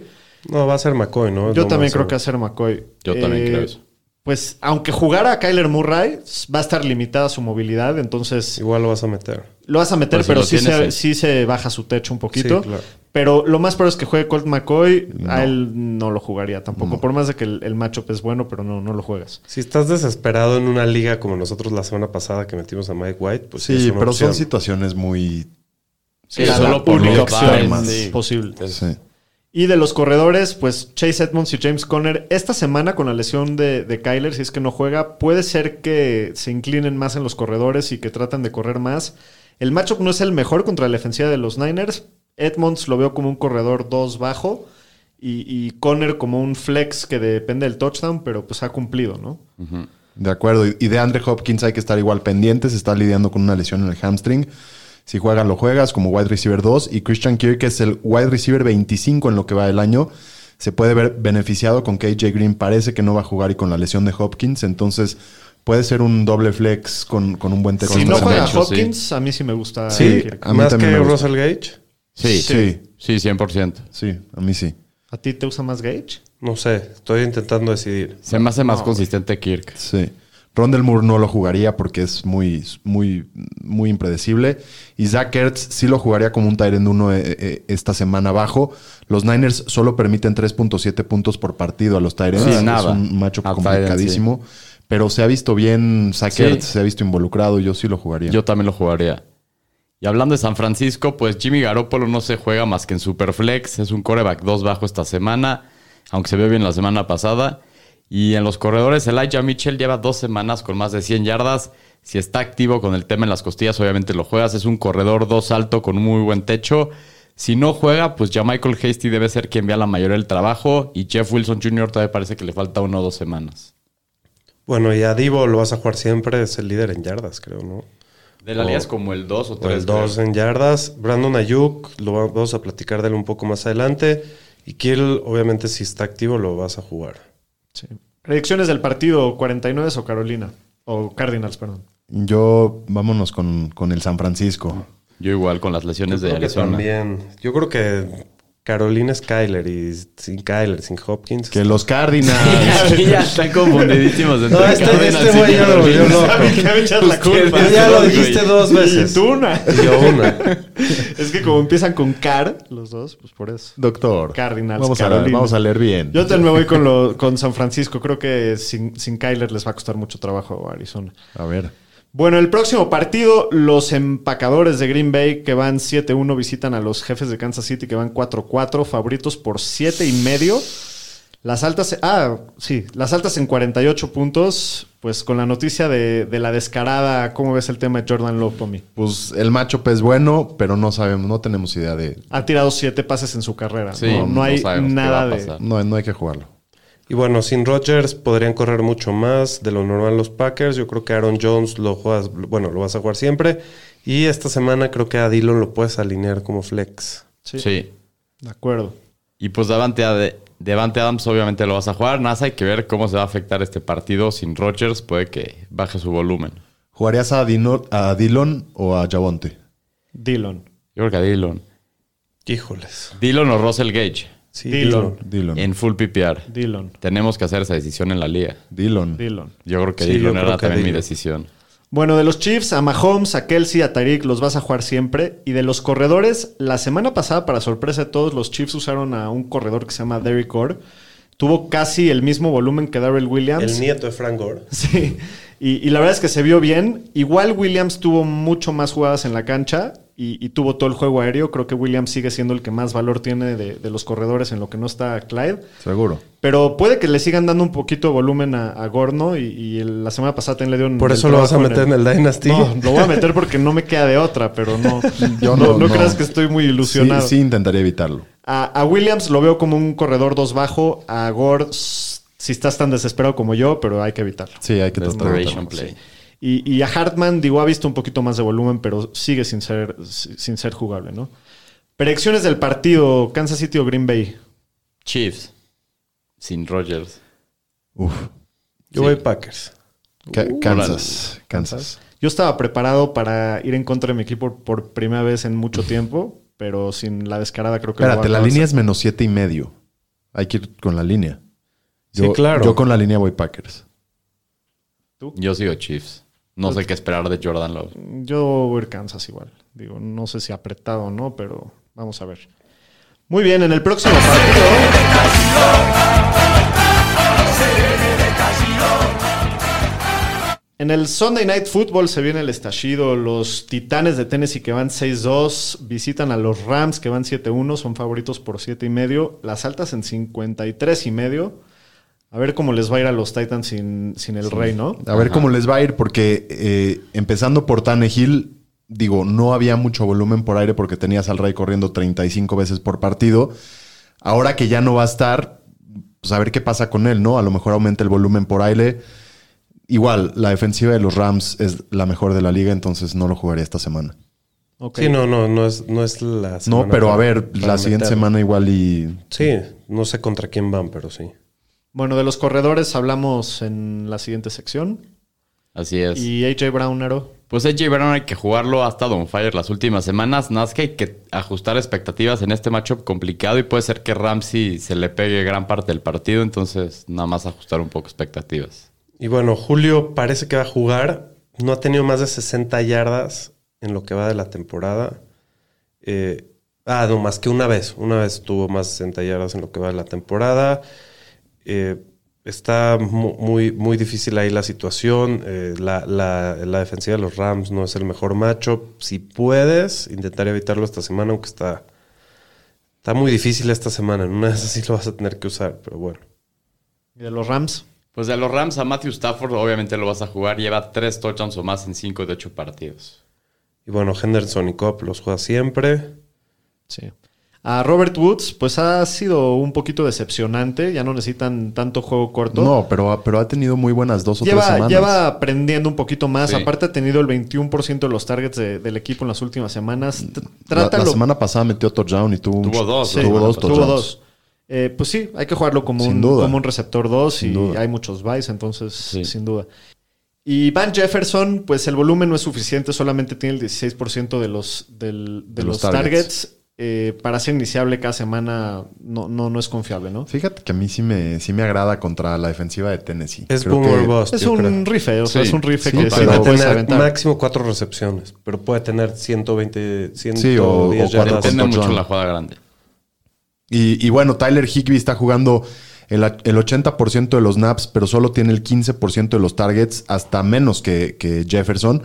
Speaker 4: No, va a ser McCoy,
Speaker 5: Pues
Speaker 4: ¿no?
Speaker 2: Yo
Speaker 4: No
Speaker 2: también
Speaker 4: más
Speaker 2: creo que va a
Speaker 4: seguro.
Speaker 2: ser McCoy.
Speaker 5: Yo también creo eso.
Speaker 2: Pues aunque jugara a Kyler Murray, va a estar limitada su movilidad, entonces
Speaker 4: Igual lo vas a meter.
Speaker 2: lo vas a meter,
Speaker 5: Pues, si
Speaker 2: pero
Speaker 5: lo
Speaker 2: sí,
Speaker 5: tienes,
Speaker 2: se,
Speaker 5: eh.
Speaker 2: sí se baja su techo un poquito.
Speaker 4: Sí, claro.
Speaker 2: Pero lo más probable es que juegue Colt McCoy. A él no lo jugaría tampoco. Por más de que el, el matchup es bueno, pero no, no lo juegas.
Speaker 4: Si estás desesperado en una liga como nosotros la semana pasada que metimos a Mike White, pues
Speaker 3: Sí,
Speaker 4: es una
Speaker 3: pero son
Speaker 4: opción.
Speaker 3: situaciones muy.
Speaker 5: Sí,
Speaker 2: Cada
Speaker 5: solo por
Speaker 2: única
Speaker 5: los
Speaker 2: opción
Speaker 5: Pines,
Speaker 3: Barnes,
Speaker 5: sí.
Speaker 2: posible.
Speaker 3: Sí.
Speaker 2: Y de los corredores, pues Chase Edmonds y James Conner, esta semana con la lesión de, de Kyler, si es que no juega, puede ser que se inclinen más en los corredores y que traten de correr más. El matchup no es el mejor contra la defensiva de los Niners. Edmonds lo veo como un corredor 2 bajo y, y Conner como un flex que depende del touchdown, pero pues ha cumplido, ¿no?
Speaker 3: De acuerdo. Y y de Andre Hopkins hay que estar igual pendientes. Está lidiando con una lesión en el hamstring. Si juegas, lo juegas como wide receiver 2. Y Christian Kirk es el wide receiver 25 en lo que va del año. Se puede ver beneficiado con KJ Green. Parece que no va a jugar y con la lesión de Hopkins. Entonces puede ser un doble flex con, con un buen techo.
Speaker 2: Si
Speaker 5: Con
Speaker 2: no
Speaker 5: buen
Speaker 2: juega
Speaker 5: matchup, sí.
Speaker 2: Hopkins, a mí sí me gusta.
Speaker 4: Sí,
Speaker 2: Kirk.
Speaker 3: a mí
Speaker 4: más que
Speaker 3: también me gusta.
Speaker 4: Russell Gage.
Speaker 5: Sí,
Speaker 3: Sí.
Speaker 5: sí, sí, 100%.
Speaker 3: Sí, a mí sí.
Speaker 2: ¿A ti te usa más Gage?
Speaker 4: No sé, estoy intentando decidir.
Speaker 5: Se me hace más consistente Kirk.
Speaker 3: Sí. Rondell Moore no lo jugaría porque es muy, muy, muy impredecible. Y Zach Ertz sí lo jugaría como un Tyrend 1 eh, eh, esta semana abajo. Los Niners solo permiten 3.7 puntos por partido a los Tyrens.
Speaker 5: Sí,
Speaker 3: es
Speaker 5: nada.
Speaker 3: un macho
Speaker 5: A tight end,
Speaker 3: complicadísimo. Pero se ha visto bien Zach
Speaker 5: Sí.
Speaker 3: Ertz, se ha visto involucrado. Yo sí lo jugaría.
Speaker 5: Yo también lo jugaría. Y hablando de San Francisco, pues Jimmy Garoppolo no se juega más que en Superflex. Es un coreback 2 bajo esta semana, aunque se vio bien la semana pasada. Y en los corredores, Elijah Mitchell lleva dos semanas con más de 100 yardas. Si está activo con el tema en las costillas, obviamente lo juegas. Es un corredor 2 alto con un muy buen techo. Si no juega, pues ya Michael Hasty debe ser quien vea la mayoría del trabajo. Y Jeff Wilson Jr. todavía parece que le falta una o dos semanas.
Speaker 4: Bueno, y a Divo lo vas a jugar siempre, es el líder en yardas, creo, ¿no?
Speaker 5: De la liga es como el 2 o
Speaker 4: Por
Speaker 5: 3.
Speaker 4: el 2 en yardas. Brandon Ayuk, lo va- vamos a platicar de él un poco más adelante. Y Kiel, obviamente, si está activo, lo vas a jugar.
Speaker 2: Sí. Predicciones del partido, 49 o Carolina. O Cardinals, perdón.
Speaker 3: Yo- vámonos con, con el San Francisco.
Speaker 5: Yo igual con las lesiones de
Speaker 4: Creo que
Speaker 5: Arizona.
Speaker 4: también. Yo creo que Carolina es Kyler y sin Kyler, sin Hopkins.
Speaker 3: Que los Cardinals.
Speaker 5: ya están confundidísimos. entre
Speaker 4: No, este-
Speaker 5: Cardinals
Speaker 4: este
Speaker 5: y
Speaker 4: güey ya lo volvió loco.
Speaker 5: Cardinals.
Speaker 4: Pues
Speaker 2: Saben que me echas la
Speaker 5: Ustedes
Speaker 2: culpa.
Speaker 4: Ya lo
Speaker 5: dos,
Speaker 4: dijiste
Speaker 5: güey.
Speaker 4: dos veces.
Speaker 2: Y tú una.
Speaker 4: Y yo una.
Speaker 2: Es que como empiezan con car, los dos, pues por eso.
Speaker 3: Doctor.
Speaker 2: Cardinals,
Speaker 3: Vamos a,
Speaker 2: Carolina.
Speaker 3: vamos a leer bien.
Speaker 2: Yo también me voy con, lo, con San Francisco. Creo que sin, sin Kyler les va a costar mucho trabajo a Arizona.
Speaker 3: A ver.
Speaker 2: Bueno, el próximo partido, los empacadores de Green Bay que van 7-1 visitan a los jefes de Kansas City que van 4-4, favoritos por 7 y medio. Las altas, ah, sí, las altas en 48 puntos, pues con la noticia de, de la descarada, ¿cómo ves el tema de Jordan Love, Tommy?
Speaker 3: Pues el matchup es bueno, pero no sabemos, no tenemos idea de.
Speaker 2: Ha tirado 7 pases en su carrera.
Speaker 5: Sí,
Speaker 2: no, No
Speaker 5: no
Speaker 2: hay
Speaker 5: sabemos qué
Speaker 2: nada
Speaker 5: va a
Speaker 2: de...
Speaker 5: pasar.
Speaker 3: No, no hay que jugarlo.
Speaker 4: Y bueno, sin Rodgers podrían correr mucho más de lo normal los Packers. Yo creo que Aaron Jones lo juegas, bueno, lo vas a jugar siempre. Y esta semana creo que a Dillon lo puedes alinear como flex.
Speaker 2: Sí,
Speaker 5: Sí.
Speaker 2: de acuerdo.
Speaker 5: Y pues Davante, Ad- Davante Adams obviamente lo vas a jugar. Nada más hay que ver cómo se va a afectar este partido sin Rodgers. Puede que baje su volumen.
Speaker 3: ¿Jugarías a, Dino- a Dillon o a Javonte?
Speaker 2: Dillon.
Speaker 5: Yo creo que a Dillon.
Speaker 4: Híjoles.
Speaker 5: Dillon o Russell Gage
Speaker 4: Sí,
Speaker 2: Dillon.
Speaker 4: Dillon.
Speaker 3: Dillon.
Speaker 5: en full PPR.
Speaker 2: Dillon.
Speaker 5: Tenemos que hacer esa decisión en la liga.
Speaker 3: Dillon.
Speaker 2: Dillon.
Speaker 5: Yo creo que
Speaker 4: Sí, yo
Speaker 5: Dillon era
Speaker 4: creo que
Speaker 5: también mi
Speaker 4: Dillon.
Speaker 5: decisión.
Speaker 2: Bueno, de los Chiefs, a Mahomes, a Kelsey, a Tariq, los vas a jugar siempre. Y de los corredores, la semana pasada, para sorpresa de todos, los Chiefs usaron a un corredor que se llama Derrick Orr. Tuvo casi el mismo volumen que Darrell Williams.
Speaker 4: El nieto de Frank Gore.
Speaker 2: Sí, y, y la verdad es que se vio bien. Igual Williams tuvo mucho más jugadas en la cancha y, y tuvo todo el juego aéreo. Creo que Williams sigue siendo el que más valor tiene de, de los corredores en lo que no está Clyde.
Speaker 3: Seguro.
Speaker 2: Pero puede que le sigan dando un poquito de volumen a, a Gorno y, y el- la semana pasada también le dieron...
Speaker 4: Por
Speaker 2: el
Speaker 4: eso lo vas a
Speaker 2: trabajo
Speaker 4: meter en el Dynasty.
Speaker 2: No, lo voy a meter porque no me queda de otra, pero no...
Speaker 3: Yo
Speaker 2: no,
Speaker 3: no,
Speaker 2: no
Speaker 3: no.
Speaker 2: creas que estoy muy ilusionado.
Speaker 3: Sí, sí intentaría evitarlo.
Speaker 2: A, a Williams lo veo como un corredor dos bajo. A Gore, s- si estás tan desesperado como yo, pero hay que evitarlo.
Speaker 3: Sí, hay que tratar de
Speaker 5: Desperation
Speaker 3: evitarlo.
Speaker 5: play.
Speaker 2: Y, y a Hartman, digo, ha visto un poquito más de volumen, pero sigue sin ser, sin ser jugable, ¿no? Predicciones del partido, Kansas City o Green Bay.
Speaker 5: Chiefs. Sin Rogers.
Speaker 3: Uf.
Speaker 4: Yo voy Packers.
Speaker 3: Ca- Kansas. Kansas.
Speaker 2: Yo estaba preparado para ir en contra de mi equipo por primera vez en mucho tiempo, pero sin la descarada creo que... lo
Speaker 3: Espérate,
Speaker 2: voy a
Speaker 3: la
Speaker 2: acabar
Speaker 3: línea es menos siete y medio. Hay que ir con la línea.
Speaker 4: Sí, claro.
Speaker 3: Yo con la línea voy Packers.
Speaker 5: Yo sigo Chiefs. No sé qué esperar de Jordan Love.
Speaker 2: sacando. Yo voy a ir Kansas igual. Digo, no sé si apretado o no, pero vamos a ver. Muy bien, en el próximo partido... En el Sunday Night Football se viene el estallido. Los Titanes de Tennessee que van 6-2 visitan a los Rams que van 7-1. Son favoritos por 7 y medio. Las altas en 53 y medio. A ver cómo les va a ir a los Titans sin, sin el rey, ¿no?
Speaker 3: A ver cómo les va a ir, porque eh, empezando por Tannehill, digo, no había mucho volumen por aire porque tenías al Rey corriendo 35 veces por partido. Ahora que ya no va a estar, pues a ver qué pasa con él, ¿no? A lo mejor aumenta el volumen por aire. Igual, la defensiva de los Rams es la mejor de la liga, entonces no lo jugaría esta semana.
Speaker 2: Ok.
Speaker 4: Sí, no, no, no es, no es la semana
Speaker 3: no, pero a
Speaker 4: para-
Speaker 3: ver,
Speaker 4: para
Speaker 3: la siguiente
Speaker 4: meterlo.
Speaker 3: semana igual y
Speaker 4: Sí, no sé contra quién van, pero sí.
Speaker 2: Bueno, de los corredores hablamos en la siguiente sección.
Speaker 5: Así es.
Speaker 2: Y AJ Brown, Aro.
Speaker 5: Pues AJ Brown hay que jugarlo hasta Don Fire las últimas semanas. Nada más que hay que ajustar expectativas en este matchup complicado y puede ser que Ramsey se le pegue gran parte del partido. Entonces, nada más ajustar un poco expectativas.
Speaker 4: Y bueno, Julio parece que va a jugar. No ha tenido más de 60 yardas en lo que va de la temporada. Eh, ah, no, más que una vez. Una vez tuvo más de 60 yardas en lo que va de la temporada. Eh, está mu- muy, muy difícil ahí la situación. Eh, la, la- la defensiva de los Rams no es el mejor macho. Si puedes, intentar evitarlo esta semana, aunque está, está muy difícil esta semana. En una de esas sí lo vas a tener que usar, pero bueno.
Speaker 2: Y de los Rams.
Speaker 5: Pues de los Rams a Matthew Stafford, obviamente lo vas a jugar. Lleva tres touchdowns o más en cinco de ocho partidos.
Speaker 4: Y bueno, Henderson y Cobb los juega siempre.
Speaker 2: Sí. A Robert Woods, pues ha sido un poquito decepcionante. Ya no necesitan tanto juego corto.
Speaker 3: no, pero, ha- pero ha tenido muy buenas dos o tres
Speaker 2: Lleva,
Speaker 3: semanas.
Speaker 2: lleva aprendiendo un poquito más.
Speaker 5: Sí.
Speaker 2: Aparte, ha tenido el 21% de los targets de- del equipo en las últimas semanas. T-
Speaker 3: La- la,
Speaker 2: Trátalo.
Speaker 3: semana pasada metió touchdown y tuvo, un-
Speaker 5: Tuvo dos,
Speaker 2: Sí,
Speaker 5: la
Speaker 3: tuvo
Speaker 5: semana
Speaker 3: dos
Speaker 5: pasada.
Speaker 2: tuvo
Speaker 3: touchdowns.
Speaker 2: pues, dos. Eh, pues sí, hay que jugarlo como,
Speaker 3: Sin
Speaker 2: un,
Speaker 3: duda.
Speaker 2: como un receptor 2 y
Speaker 3: Sin duda.
Speaker 2: hay muchos buys, entonces sin duda. Y Van Jefferson, pues el volumen no es suficiente, solamente tiene el 16% de los, del- de
Speaker 3: De
Speaker 2: los,
Speaker 3: los
Speaker 2: targets.
Speaker 3: targets.
Speaker 2: Eh, para ser iniciable cada semana no, no, no es confiable, ¿no?
Speaker 3: Fíjate que a mí sí me, sí me agrada contra la defensiva de Tennessee.
Speaker 4: Es
Speaker 3: Creo
Speaker 4: Boomer
Speaker 3: que-
Speaker 4: Bust.
Speaker 2: Es
Speaker 4: yo creo.
Speaker 2: un rife, o sea,
Speaker 5: Sí.
Speaker 2: es un rife
Speaker 3: Sí,
Speaker 2: que sí
Speaker 3: pero-
Speaker 2: te
Speaker 4: Puede
Speaker 2: puedes
Speaker 4: tener
Speaker 2: aventar.
Speaker 4: máximo cuatro recepciones, pero puede tener 120, 110
Speaker 3: Sí, o- o cuatro
Speaker 4: yardas.
Speaker 3: con
Speaker 5: Depende mucho
Speaker 3: touchdown.
Speaker 5: la jugada grande.
Speaker 3: Y, y bueno, Tyler Higby está jugando el, el 80% de los naps, pero solo tiene el 15% de los targets, hasta menos que, que Jefferson.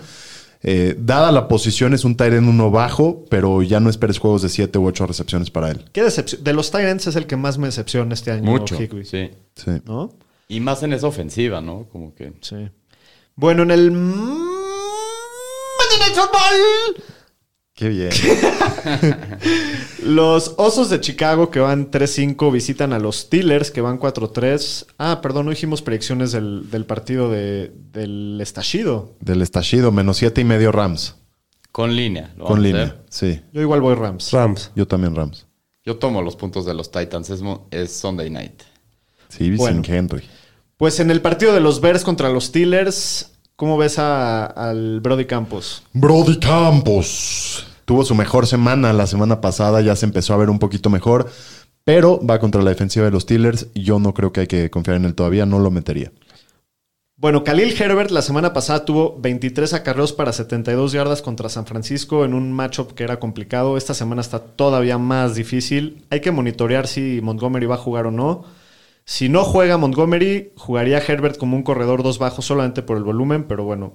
Speaker 3: Eh, dada la posición, es un Tyren uno bajo, pero ya no esperes juegos de 7 u 8 recepciones para él.
Speaker 2: Qué decepción. De los Tyrants es el que más me decepciona este año.
Speaker 5: Mucho.
Speaker 2: Higbee,
Speaker 5: Sí.
Speaker 3: Sí.
Speaker 2: ¿No?
Speaker 5: Y más en esa ofensiva, ¿no? Como que.
Speaker 2: Sí. Bueno, en el Monday Night Football,
Speaker 3: Qué bien.
Speaker 2: los Osos de Chicago que van 3-5 visitan a los Steelers que van 4-3. Ah, perdón, no dijimos predicciones del, del partido de- del estallido.
Speaker 3: Del estallido, menos 7 y medio Rams.
Speaker 5: Con línea. lo
Speaker 3: Con
Speaker 5: vamos a
Speaker 3: línea.
Speaker 5: hacer.
Speaker 3: Sí,
Speaker 2: Yo igual voy Rams.
Speaker 4: Rams.
Speaker 3: yo también Rams.
Speaker 5: Yo tomo los puntos de los Titans. Es, mo- es Sunday night.
Speaker 3: Sí,
Speaker 2: Bueno.
Speaker 3: sin Henry.
Speaker 2: Pues en el partido de los Bears contra los Steelers, ¿cómo ves a- al Brody Campos?
Speaker 3: Brody Campos. Tuvo su mejor semana la semana pasada, ya se empezó a ver un poquito mejor, pero va contra la defensiva de los Steelers. Yo no creo que hay que confiar en él todavía, no lo metería.
Speaker 2: Bueno, Khalil Herbert la semana pasada tuvo 23 acarreos para 72 yardas contra San Francisco en un matchup que era complicado. Esta semana está todavía más difícil. Hay que monitorear si Montgomery va a jugar o no. Si no juega Montgomery, jugaría Herbert como un corredor dos bajo solamente por el volumen, pero bueno,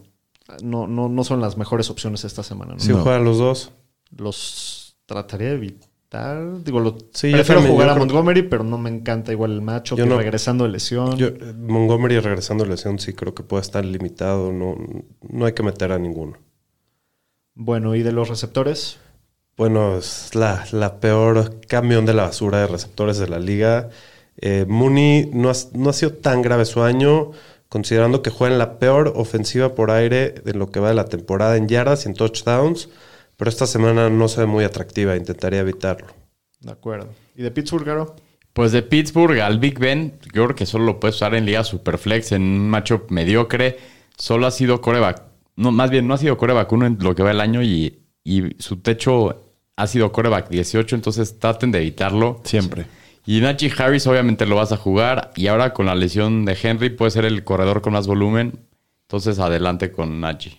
Speaker 2: no, no, no son las mejores opciones esta semana. ¿no?
Speaker 4: Si
Speaker 3: No.
Speaker 4: juegan los dos.
Speaker 2: Los trataría de evitar. Digo, lo,
Speaker 4: Sí, yo
Speaker 2: prefiero
Speaker 4: también,
Speaker 2: jugar
Speaker 4: yo
Speaker 2: a
Speaker 4: creo-
Speaker 2: Montgomery, pero no me encanta igual el matchup.
Speaker 4: Yo
Speaker 2: y
Speaker 4: no-
Speaker 2: regresando de lesión.
Speaker 4: Yo, eh, Montgomery regresando de lesión, sí creo que puede estar limitado. No, no hay que meter a ninguno.
Speaker 2: Bueno, y de los receptores.
Speaker 4: Bueno, es la, la peor camión de la basura de receptores de la liga. Eh, Mooney no ha, no ha sido tan grave su año, considerando que juega en la peor ofensiva por aire de lo que va de la temporada en yardas y en touchdowns, pero esta semana no se ve muy atractiva, intentaría evitarlo.
Speaker 2: De acuerdo. ¿Y de Pittsburgh, Garo?
Speaker 5: Pues de Pittsburgh al Big Ben, yo creo que solo lo puedes usar en Liga Superflex, en un matchup mediocre. Solo ha sido coreback. No, más bien, no ha sido coreback uno en lo que va el año y, y su techo ha sido coreback 18, entonces traten de evitarlo.
Speaker 3: Siempre.
Speaker 5: Y Najee Harris obviamente lo vas a jugar y ahora con la lesión de Henry puede ser el corredor con más volumen. Entonces adelante con Najee.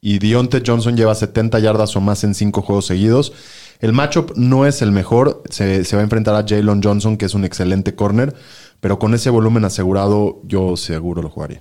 Speaker 3: Y Dionte Johnson lleva 70 yardas o más en 5 juegos seguidos. El matchup no es el mejor. Se, se va a enfrentar a Jalen Johnson, que es un excelente corner. Pero con ese volumen asegurado, yo seguro lo jugaría.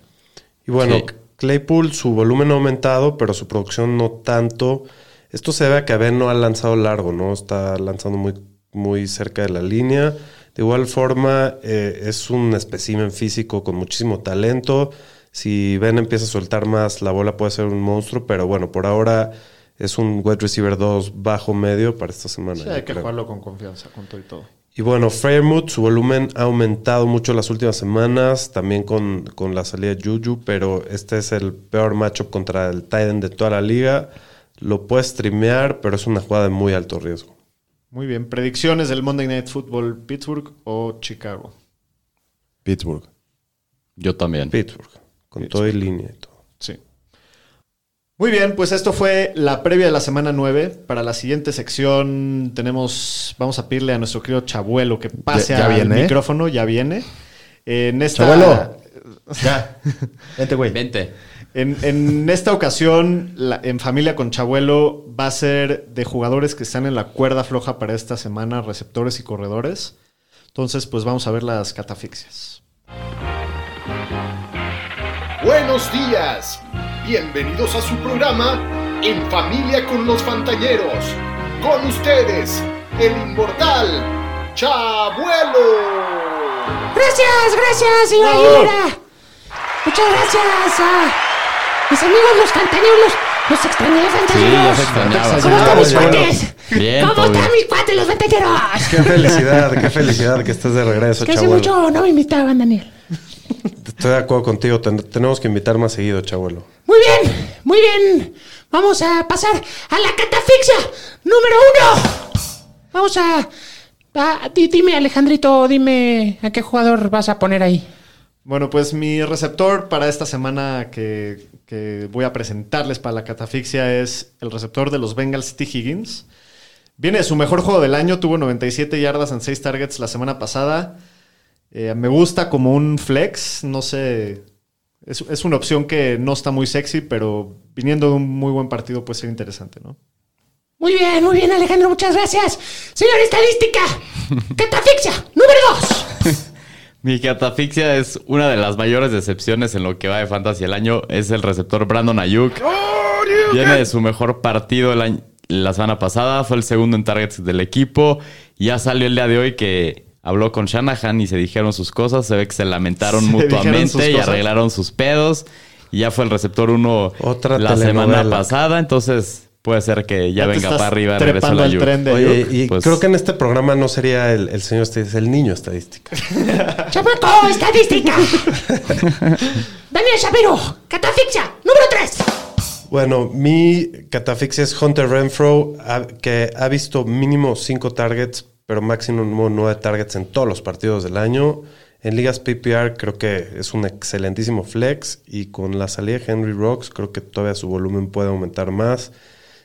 Speaker 4: Y bueno,
Speaker 5: Sí.
Speaker 4: Claypool, su volumen ha aumentado, pero su producción no tanto. Esto se debe a que Ben no ha lanzado largo, ¿no? Está lanzando muy, muy cerca de la línea. De igual forma, eh, es un espécimen físico con muchísimo talento. Si Ben empieza a soltar más, la bola puede ser un monstruo, pero bueno, por ahora es un wide receiver 2 bajo medio para esta semana.
Speaker 2: Sí,
Speaker 4: yo
Speaker 2: hay que
Speaker 4: creo.
Speaker 2: jugarlo con confianza, con todo y todo.
Speaker 4: Y bueno, Fairmouth, su volumen ha aumentado mucho las últimas semanas, también con, con la salida de Juju, pero este es el peor matchup contra el Titan de toda la liga. Lo puedes streamear, pero es una jugada de muy alto riesgo.
Speaker 2: Muy bien. ¿Predicciones del Monday Night Football, Pittsburgh o Chicago?
Speaker 3: Pittsburgh.
Speaker 5: Yo también.
Speaker 4: Pittsburgh, con todo y línea y todo.
Speaker 2: Sí. Muy bien, pues esto fue la previa de la semana 9. Para la siguiente sección tenemos, vamos a pedirle a nuestro querido Chabuelo que pase
Speaker 3: Ya- ya
Speaker 2: al
Speaker 3: viene, ¿eh?
Speaker 2: micrófono, ya viene. En esta,
Speaker 3: ¡Chabuelo! Ya. Vente, güey.
Speaker 5: Vente.
Speaker 2: En, en esta ocasión, la- en familia con Chabuelo, va a ser de jugadores que están en la cuerda floja para esta semana, receptores y corredores. Entonces, pues vamos a ver las catafixias.
Speaker 7: Buenos días, bienvenidos a su programa En Familia con los Fantañeros. Con ustedes, el inmortal Chabuelo.
Speaker 8: Gracias, gracias, señor Aguilera. Muchas gracias a mis amigos los cantaneros, los, los extrañé
Speaker 5: Sí, ya
Speaker 8: fantañeros.
Speaker 5: se extrañaba.
Speaker 8: ¿Cómo están mis
Speaker 4: ya, bueno.
Speaker 8: cuates?
Speaker 5: Bien,
Speaker 8: ¿Cómo
Speaker 5: todo bien. Este
Speaker 8: están mis cuates, los fantañeros?
Speaker 4: Qué felicidad, qué felicidad que estés de regreso,
Speaker 8: Que hace
Speaker 4: chabuelo.
Speaker 8: mucho no me invitaban, Daniel.
Speaker 4: Estoy de acuerdo contigo, ten- tenemos que invitar más seguido, chabuelo.
Speaker 8: Muy bien, muy bien. Vamos a pasar a la catafixia número uno. Vamos a... a- di- dime, Alejandrito, dime a qué jugador vas a poner ahí.
Speaker 2: Bueno, pues mi receptor para esta semana que, que voy a presentarles para la catafixia es el receptor de los Bengals, T. Higgins. Viene de su mejor juego del año, tuvo 97 yardas en 6 targets la semana pasada. Eh, me gusta como un flex, no sé. Es, es una opción que no está muy sexy, pero viniendo de un muy buen partido puede ser interesante, ¿no?
Speaker 8: Muy bien, muy bien, Alejandro, muchas gracias. Señor Estadística, catafixia número 2.
Speaker 5: Mi catafixia es una de las mayores decepciones en lo que va de Fantasy el año. Es el receptor Brandon Ayuk.
Speaker 2: Oh,
Speaker 5: Viene de su mejor partido el año- la semana pasada. Fue el segundo en targets del equipo. Ya salió el día de hoy que habló con Shanahan y se dijeron sus cosas. Se ve que se lamentaron
Speaker 2: Se dijeron sus
Speaker 5: mutuamente y
Speaker 2: cosas.
Speaker 5: arreglaron sus pedos. Y ya fue el receptor uno
Speaker 4: Otra
Speaker 5: la
Speaker 4: telenovela.
Speaker 5: semana pasada. Entonces puede ser que ya,
Speaker 2: te
Speaker 5: venga
Speaker 2: estás
Speaker 5: para arriba. regresó el
Speaker 2: Trepando al
Speaker 5: Ayuk.
Speaker 2: tren de
Speaker 4: Oye,
Speaker 2: Ayuk.
Speaker 4: y
Speaker 5: pues-
Speaker 4: creo que en este programa no sería el, el señor estadística, el niño estadística.
Speaker 8: Chapaco, Estadística. Daniel Shapiro, catafixia número 3.
Speaker 4: Bueno, mi catafixia es Hunter Renfro, ha- que ha visto mínimo 5 targets, pero máximo 9 targets en todos los partidos del año. En ligas PPR creo que es un excelentísimo flex y con la salida de Henry Rocks creo que todavía su volumen puede aumentar más.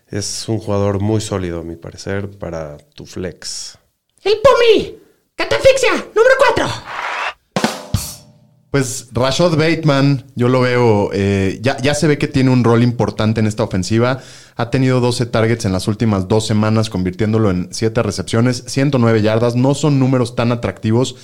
Speaker 4: Es un jugador muy sólido, a mi parecer, para tu flex.
Speaker 8: El Pumi, catafixia número 4.
Speaker 3: Pues Rashad Bateman, yo lo veo, eh, ya, ya se ve que tiene un rol importante en esta ofensiva. Ha tenido 12 targets en las últimas dos semanas, convirtiéndolo en 7 recepciones, 109 yardas. No son números tan atractivos,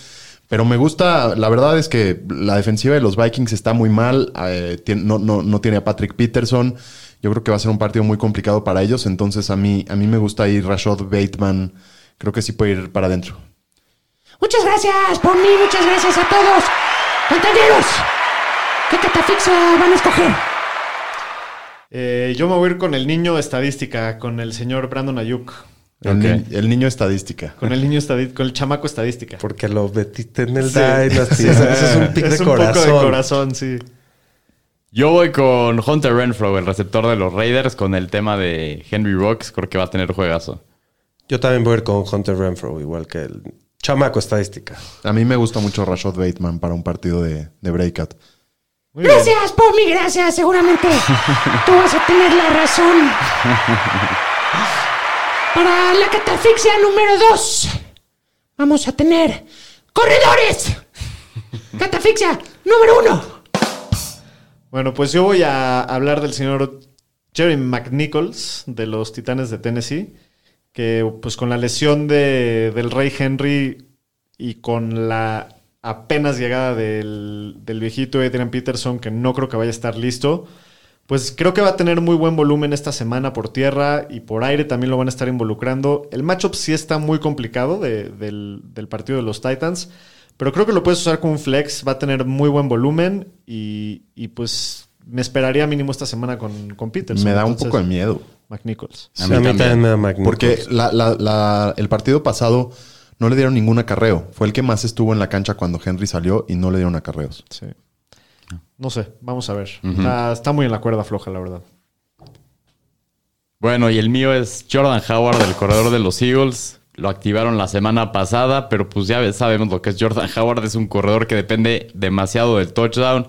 Speaker 3: pero me gusta, la verdad es que la defensiva de los Vikings está muy mal. eh, tien- no, no- no tiene a Patrick Peterson. Yo creo que va a ser un partido muy complicado para ellos. Entonces a mí, a mí me gusta ir Rashad Bateman. Creo que sí puede ir para adentro.
Speaker 8: Muchas gracias por mí, muchas gracias a todos. Compañeros, ¿qué catafixia van a escoger?
Speaker 2: Eh, yo me voy a ir con el niño estadística, con el señor Brandon Ayuk.
Speaker 3: El,
Speaker 4: Ok.
Speaker 3: ni- el niño estadística.
Speaker 2: Con el niño estadística, con el chamaco estadística.
Speaker 4: Porque lo metiste en el
Speaker 2: Sí.
Speaker 4: Dynasty. Eso es un pick de corazón.
Speaker 2: poco de corazón, sí.
Speaker 5: Yo voy con Hunter Renfro, el receptor de los Raiders, con el tema de Henry Rocks. Creo que va a tener juegazo.
Speaker 4: Yo también voy a ir con Hunter Renfro, igual que el chamaco estadística.
Speaker 3: A mí me gusta mucho Rashad Bateman para un partido de, de breakout.
Speaker 2: Muy bien.
Speaker 8: Gracias, Pomi, gracias. Seguramente tú vas a tener la razón. Para la catafixia número 2, vamos a tener corredores. Catafixia número 1.
Speaker 2: Bueno, pues yo voy a hablar del señor Jerry McNichols de los Titanes de Tennessee, que pues con la lesión de, del Rey Henry y con la apenas llegada del, del viejito Adrian Peterson, que no creo que vaya a estar listo, pues creo que va a tener muy buen volumen esta semana por tierra y por aire también lo van a estar involucrando. El matchup sí está muy complicado de- del, del partido de los Titans, pero creo que lo puedes usar con un flex, va a tener muy buen volumen y, y, pues me esperaría mínimo esta semana con, con Peterson.
Speaker 3: Me da un
Speaker 2: Entonces,
Speaker 3: poco de miedo.
Speaker 2: McNichols.
Speaker 4: A mí, también me da magnífico.
Speaker 3: Porque la- la- la- el partido pasado no le dieron ningún acarreo. Fue el que más estuvo en la cancha cuando Henry salió y no le dieron acarreos.
Speaker 2: Sí. No sé, vamos a ver. está, está muy en la cuerda floja, la verdad.
Speaker 5: Bueno, y el mío es Jordan Howard, del corredor de los Eagles. Lo activaron la semana pasada, pero pues ya sabemos lo que es Jordan Howard. Es un corredor que depende demasiado del touchdown.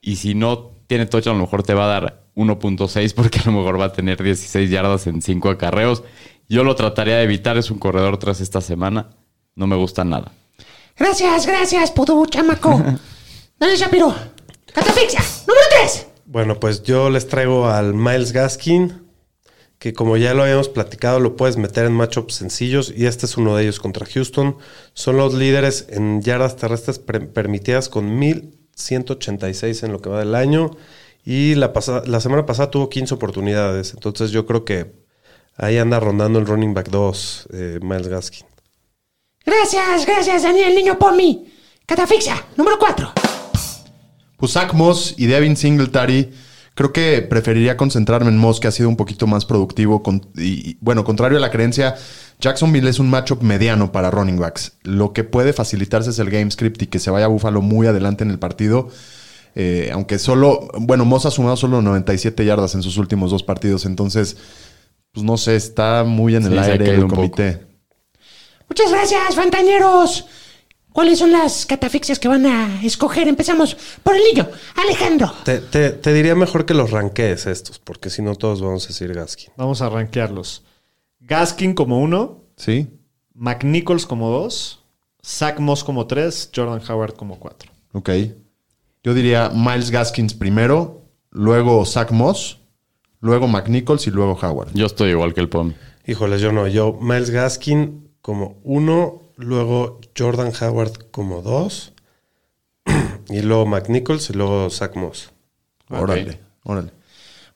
Speaker 5: Y si no tiene touchdown, a lo mejor te va a dar 1.6 porque a lo mejor va a tener 16 yardas en 5 acarreos. Yo lo trataría de evitar. Es un corredor tras esta semana. No me gusta nada.
Speaker 8: Gracias, gracias, pudo chamaco. Dale, Shapiro. Catafixia número 3.
Speaker 4: Bueno, pues yo les traigo al Miles Gaskin, que como ya lo habíamos platicado, lo puedes meter en matchups sencillos y este es uno de ellos contra Houston. Son los líderes en yardas terrestres pre- permitidas con 1186 en lo que va del año y la, pasa- la semana pasada tuvo 15 oportunidades, entonces yo creo que ahí anda rondando el running back 2, eh, Miles Gaskin.
Speaker 8: Gracias, gracias, Daniel Niño Pomi. Catafixia número 4.
Speaker 3: Pues Zach Moss y Devin Singletary. Creo que preferiría concentrarme en Moss, que ha sido un poquito más productivo. con- y, y, bueno, contrario a la creencia, Jacksonville es un matchup mediano para running backs. Lo que puede facilitarse es el game script y que se vaya Buffalo muy adelante en el partido. Eh, aunque solo, bueno, Moss ha sumado solo 97 yardas en sus últimos dos partidos. Entonces, pues no sé, está muy en el
Speaker 5: Sí, se ha
Speaker 3: aire
Speaker 5: caído
Speaker 3: el
Speaker 5: un poco.
Speaker 3: comité.
Speaker 8: Muchas gracias, fantañeros. ¿Cuáles son las catafixias que van a escoger? Empezamos por el niño, Alejandro.
Speaker 4: Te, te- te diría mejor que los ranquees estos, porque si no todos vamos a decir Gaskin.
Speaker 2: Vamos a rankearlos. Gaskin como uno,
Speaker 3: ¿Sí?
Speaker 2: McNichols como dos, Zach Moss como tres, Jordan Howard como cuatro.
Speaker 3: Ok. Yo diría Miles Gaskins primero, luego Zach Moss, luego McNichols y luego Howard.
Speaker 5: Yo estoy igual que el POM.
Speaker 4: Híjoles, yo no. Yo, Miles Gaskin como uno, luego Jordan Howard como dos, y luego McNichols y luego Zach Moss.
Speaker 3: Órale, órale.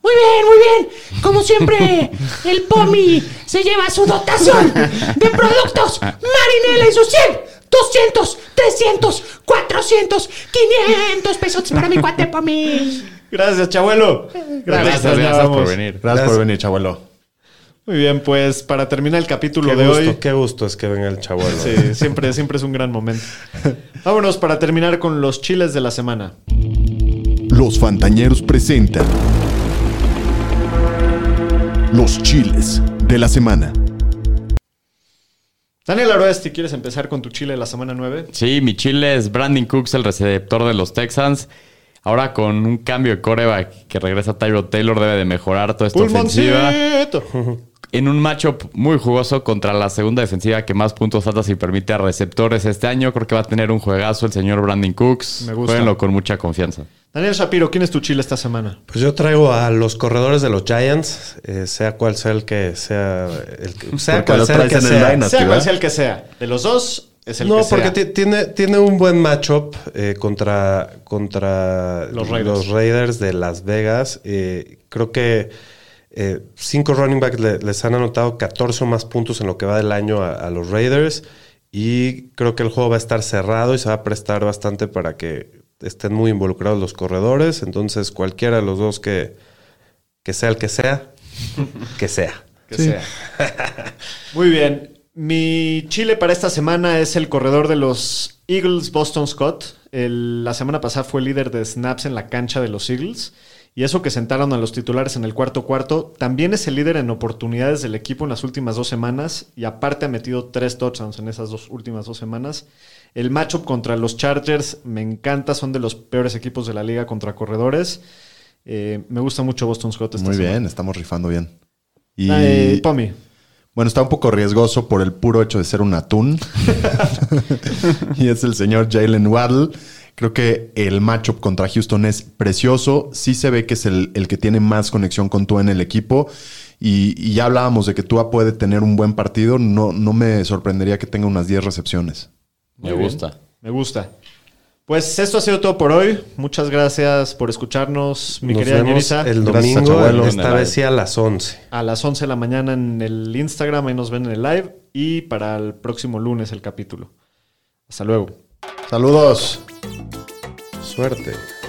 Speaker 8: Muy bien, muy bien. Como siempre, el Pomi se lleva su dotación de productos Marinela y sus 100, 200, 300, 400, 500 pesos para mi cuate Pomi.
Speaker 2: Gracias, chabuelo.
Speaker 5: Gracias, gracias, por
Speaker 2: extrañábamos.
Speaker 5: venir.
Speaker 3: Gracias por venir, chabuelo.
Speaker 2: Muy bien, pues para terminar el capítulo
Speaker 4: Qué
Speaker 2: de
Speaker 4: gusto,
Speaker 2: hoy.
Speaker 4: qué gusto es que venga el chabuelo.
Speaker 2: Sí, siempre, siempre es un gran momento. Vámonos para terminar con los chiles de la semana.
Speaker 7: Los Fantañeros presentan Los Chiles de la Semana.
Speaker 2: Daniel Aroesti, ¿quieres empezar con tu chile de la semana 9?
Speaker 5: Sí, mi chile es Brandon Cooks, el receptor de los Texans. Ahora con un cambio de coreback que regresa Tyro Taylor, debe de mejorar toda esta ofensiva.
Speaker 2: Pulmoncito.
Speaker 5: en un matchup muy jugoso contra la segunda defensiva que más puntos fantasy permite a receptores este año. Creo que va a tener un juegazo el señor Brandon Cooks.
Speaker 2: Me gusta.
Speaker 5: Jueguenlo con mucha confianza.
Speaker 2: Daniel Shapiro, ¿quién es tu chile esta semana?
Speaker 4: Pues yo traigo a los corredores de los Giants, eh, sea cual sea el que sea. El, que- sea
Speaker 3: Porque
Speaker 4: cual
Speaker 3: los
Speaker 4: sea el
Speaker 3: traes
Speaker 4: que
Speaker 3: en el
Speaker 4: sea.
Speaker 3: lineup.
Speaker 2: Sea
Speaker 3: ¿verdad?
Speaker 2: cual sea el que sea. De los dos, es el
Speaker 4: no,
Speaker 2: que sea.
Speaker 4: porque ti- tiene, tiene un buen matchup eh, contra, contra
Speaker 2: Los Raiders.
Speaker 4: los Raiders de Las Vegas. Eh, creo que eh, cinco running backs le- les han anotado 14 o más puntos en lo que va del año a, a los Raiders. Y creo que el juego va a estar cerrado y se va a prestar bastante para que estén muy involucrados los corredores. Entonces, cualquiera de los dos que, que sea el que sea, que sea.
Speaker 2: Que sea. Muy bien. Mi chile para esta semana es el corredor de los Eagles, Boston Scott. El- la semana pasada fue líder de snaps en la cancha de los Eagles. Y eso que sentaron a los titulares en el cuarto cuarto, también es el líder en oportunidades del equipo en las últimas dos semanas. Y aparte ha metido tres touchdowns en esas dos últimas dos semanas. El matchup contra los Chargers me encanta, son de los peores equipos de la liga contra corredores. Eh, me gusta mucho Boston Scott. esta
Speaker 3: Muy
Speaker 2: semana.
Speaker 3: bien, estamos rifando bien. Y
Speaker 2: Eh, Pomi.
Speaker 3: bueno, está un poco riesgoso por el puro hecho de ser un atún. y es el señor Jalen Waddle. Creo que el matchup contra Houston es precioso. Sí se ve que es el, el que tiene más conexión con tú en el equipo. Y, y ya hablábamos de que Tua puede tener un buen partido. No, no me sorprendería que tenga unas 10 recepciones.
Speaker 5: Me
Speaker 2: Muy bien.
Speaker 5: gusta.
Speaker 2: Me gusta. Pues esto ha sido todo por hoy. Muchas gracias por escucharnos, mi
Speaker 4: Nos
Speaker 2: querida
Speaker 4: vemos
Speaker 2: Ñeriza.
Speaker 4: el
Speaker 3: Gracias a
Speaker 4: domingo,
Speaker 3: Chabuelo.
Speaker 4: esta vez sí a las 11.
Speaker 2: A las 11 de la mañana en el Instagram, ahí nos ven en el live. Y para el próximo lunes el capítulo. Hasta luego.
Speaker 3: Saludos.
Speaker 4: Suerte.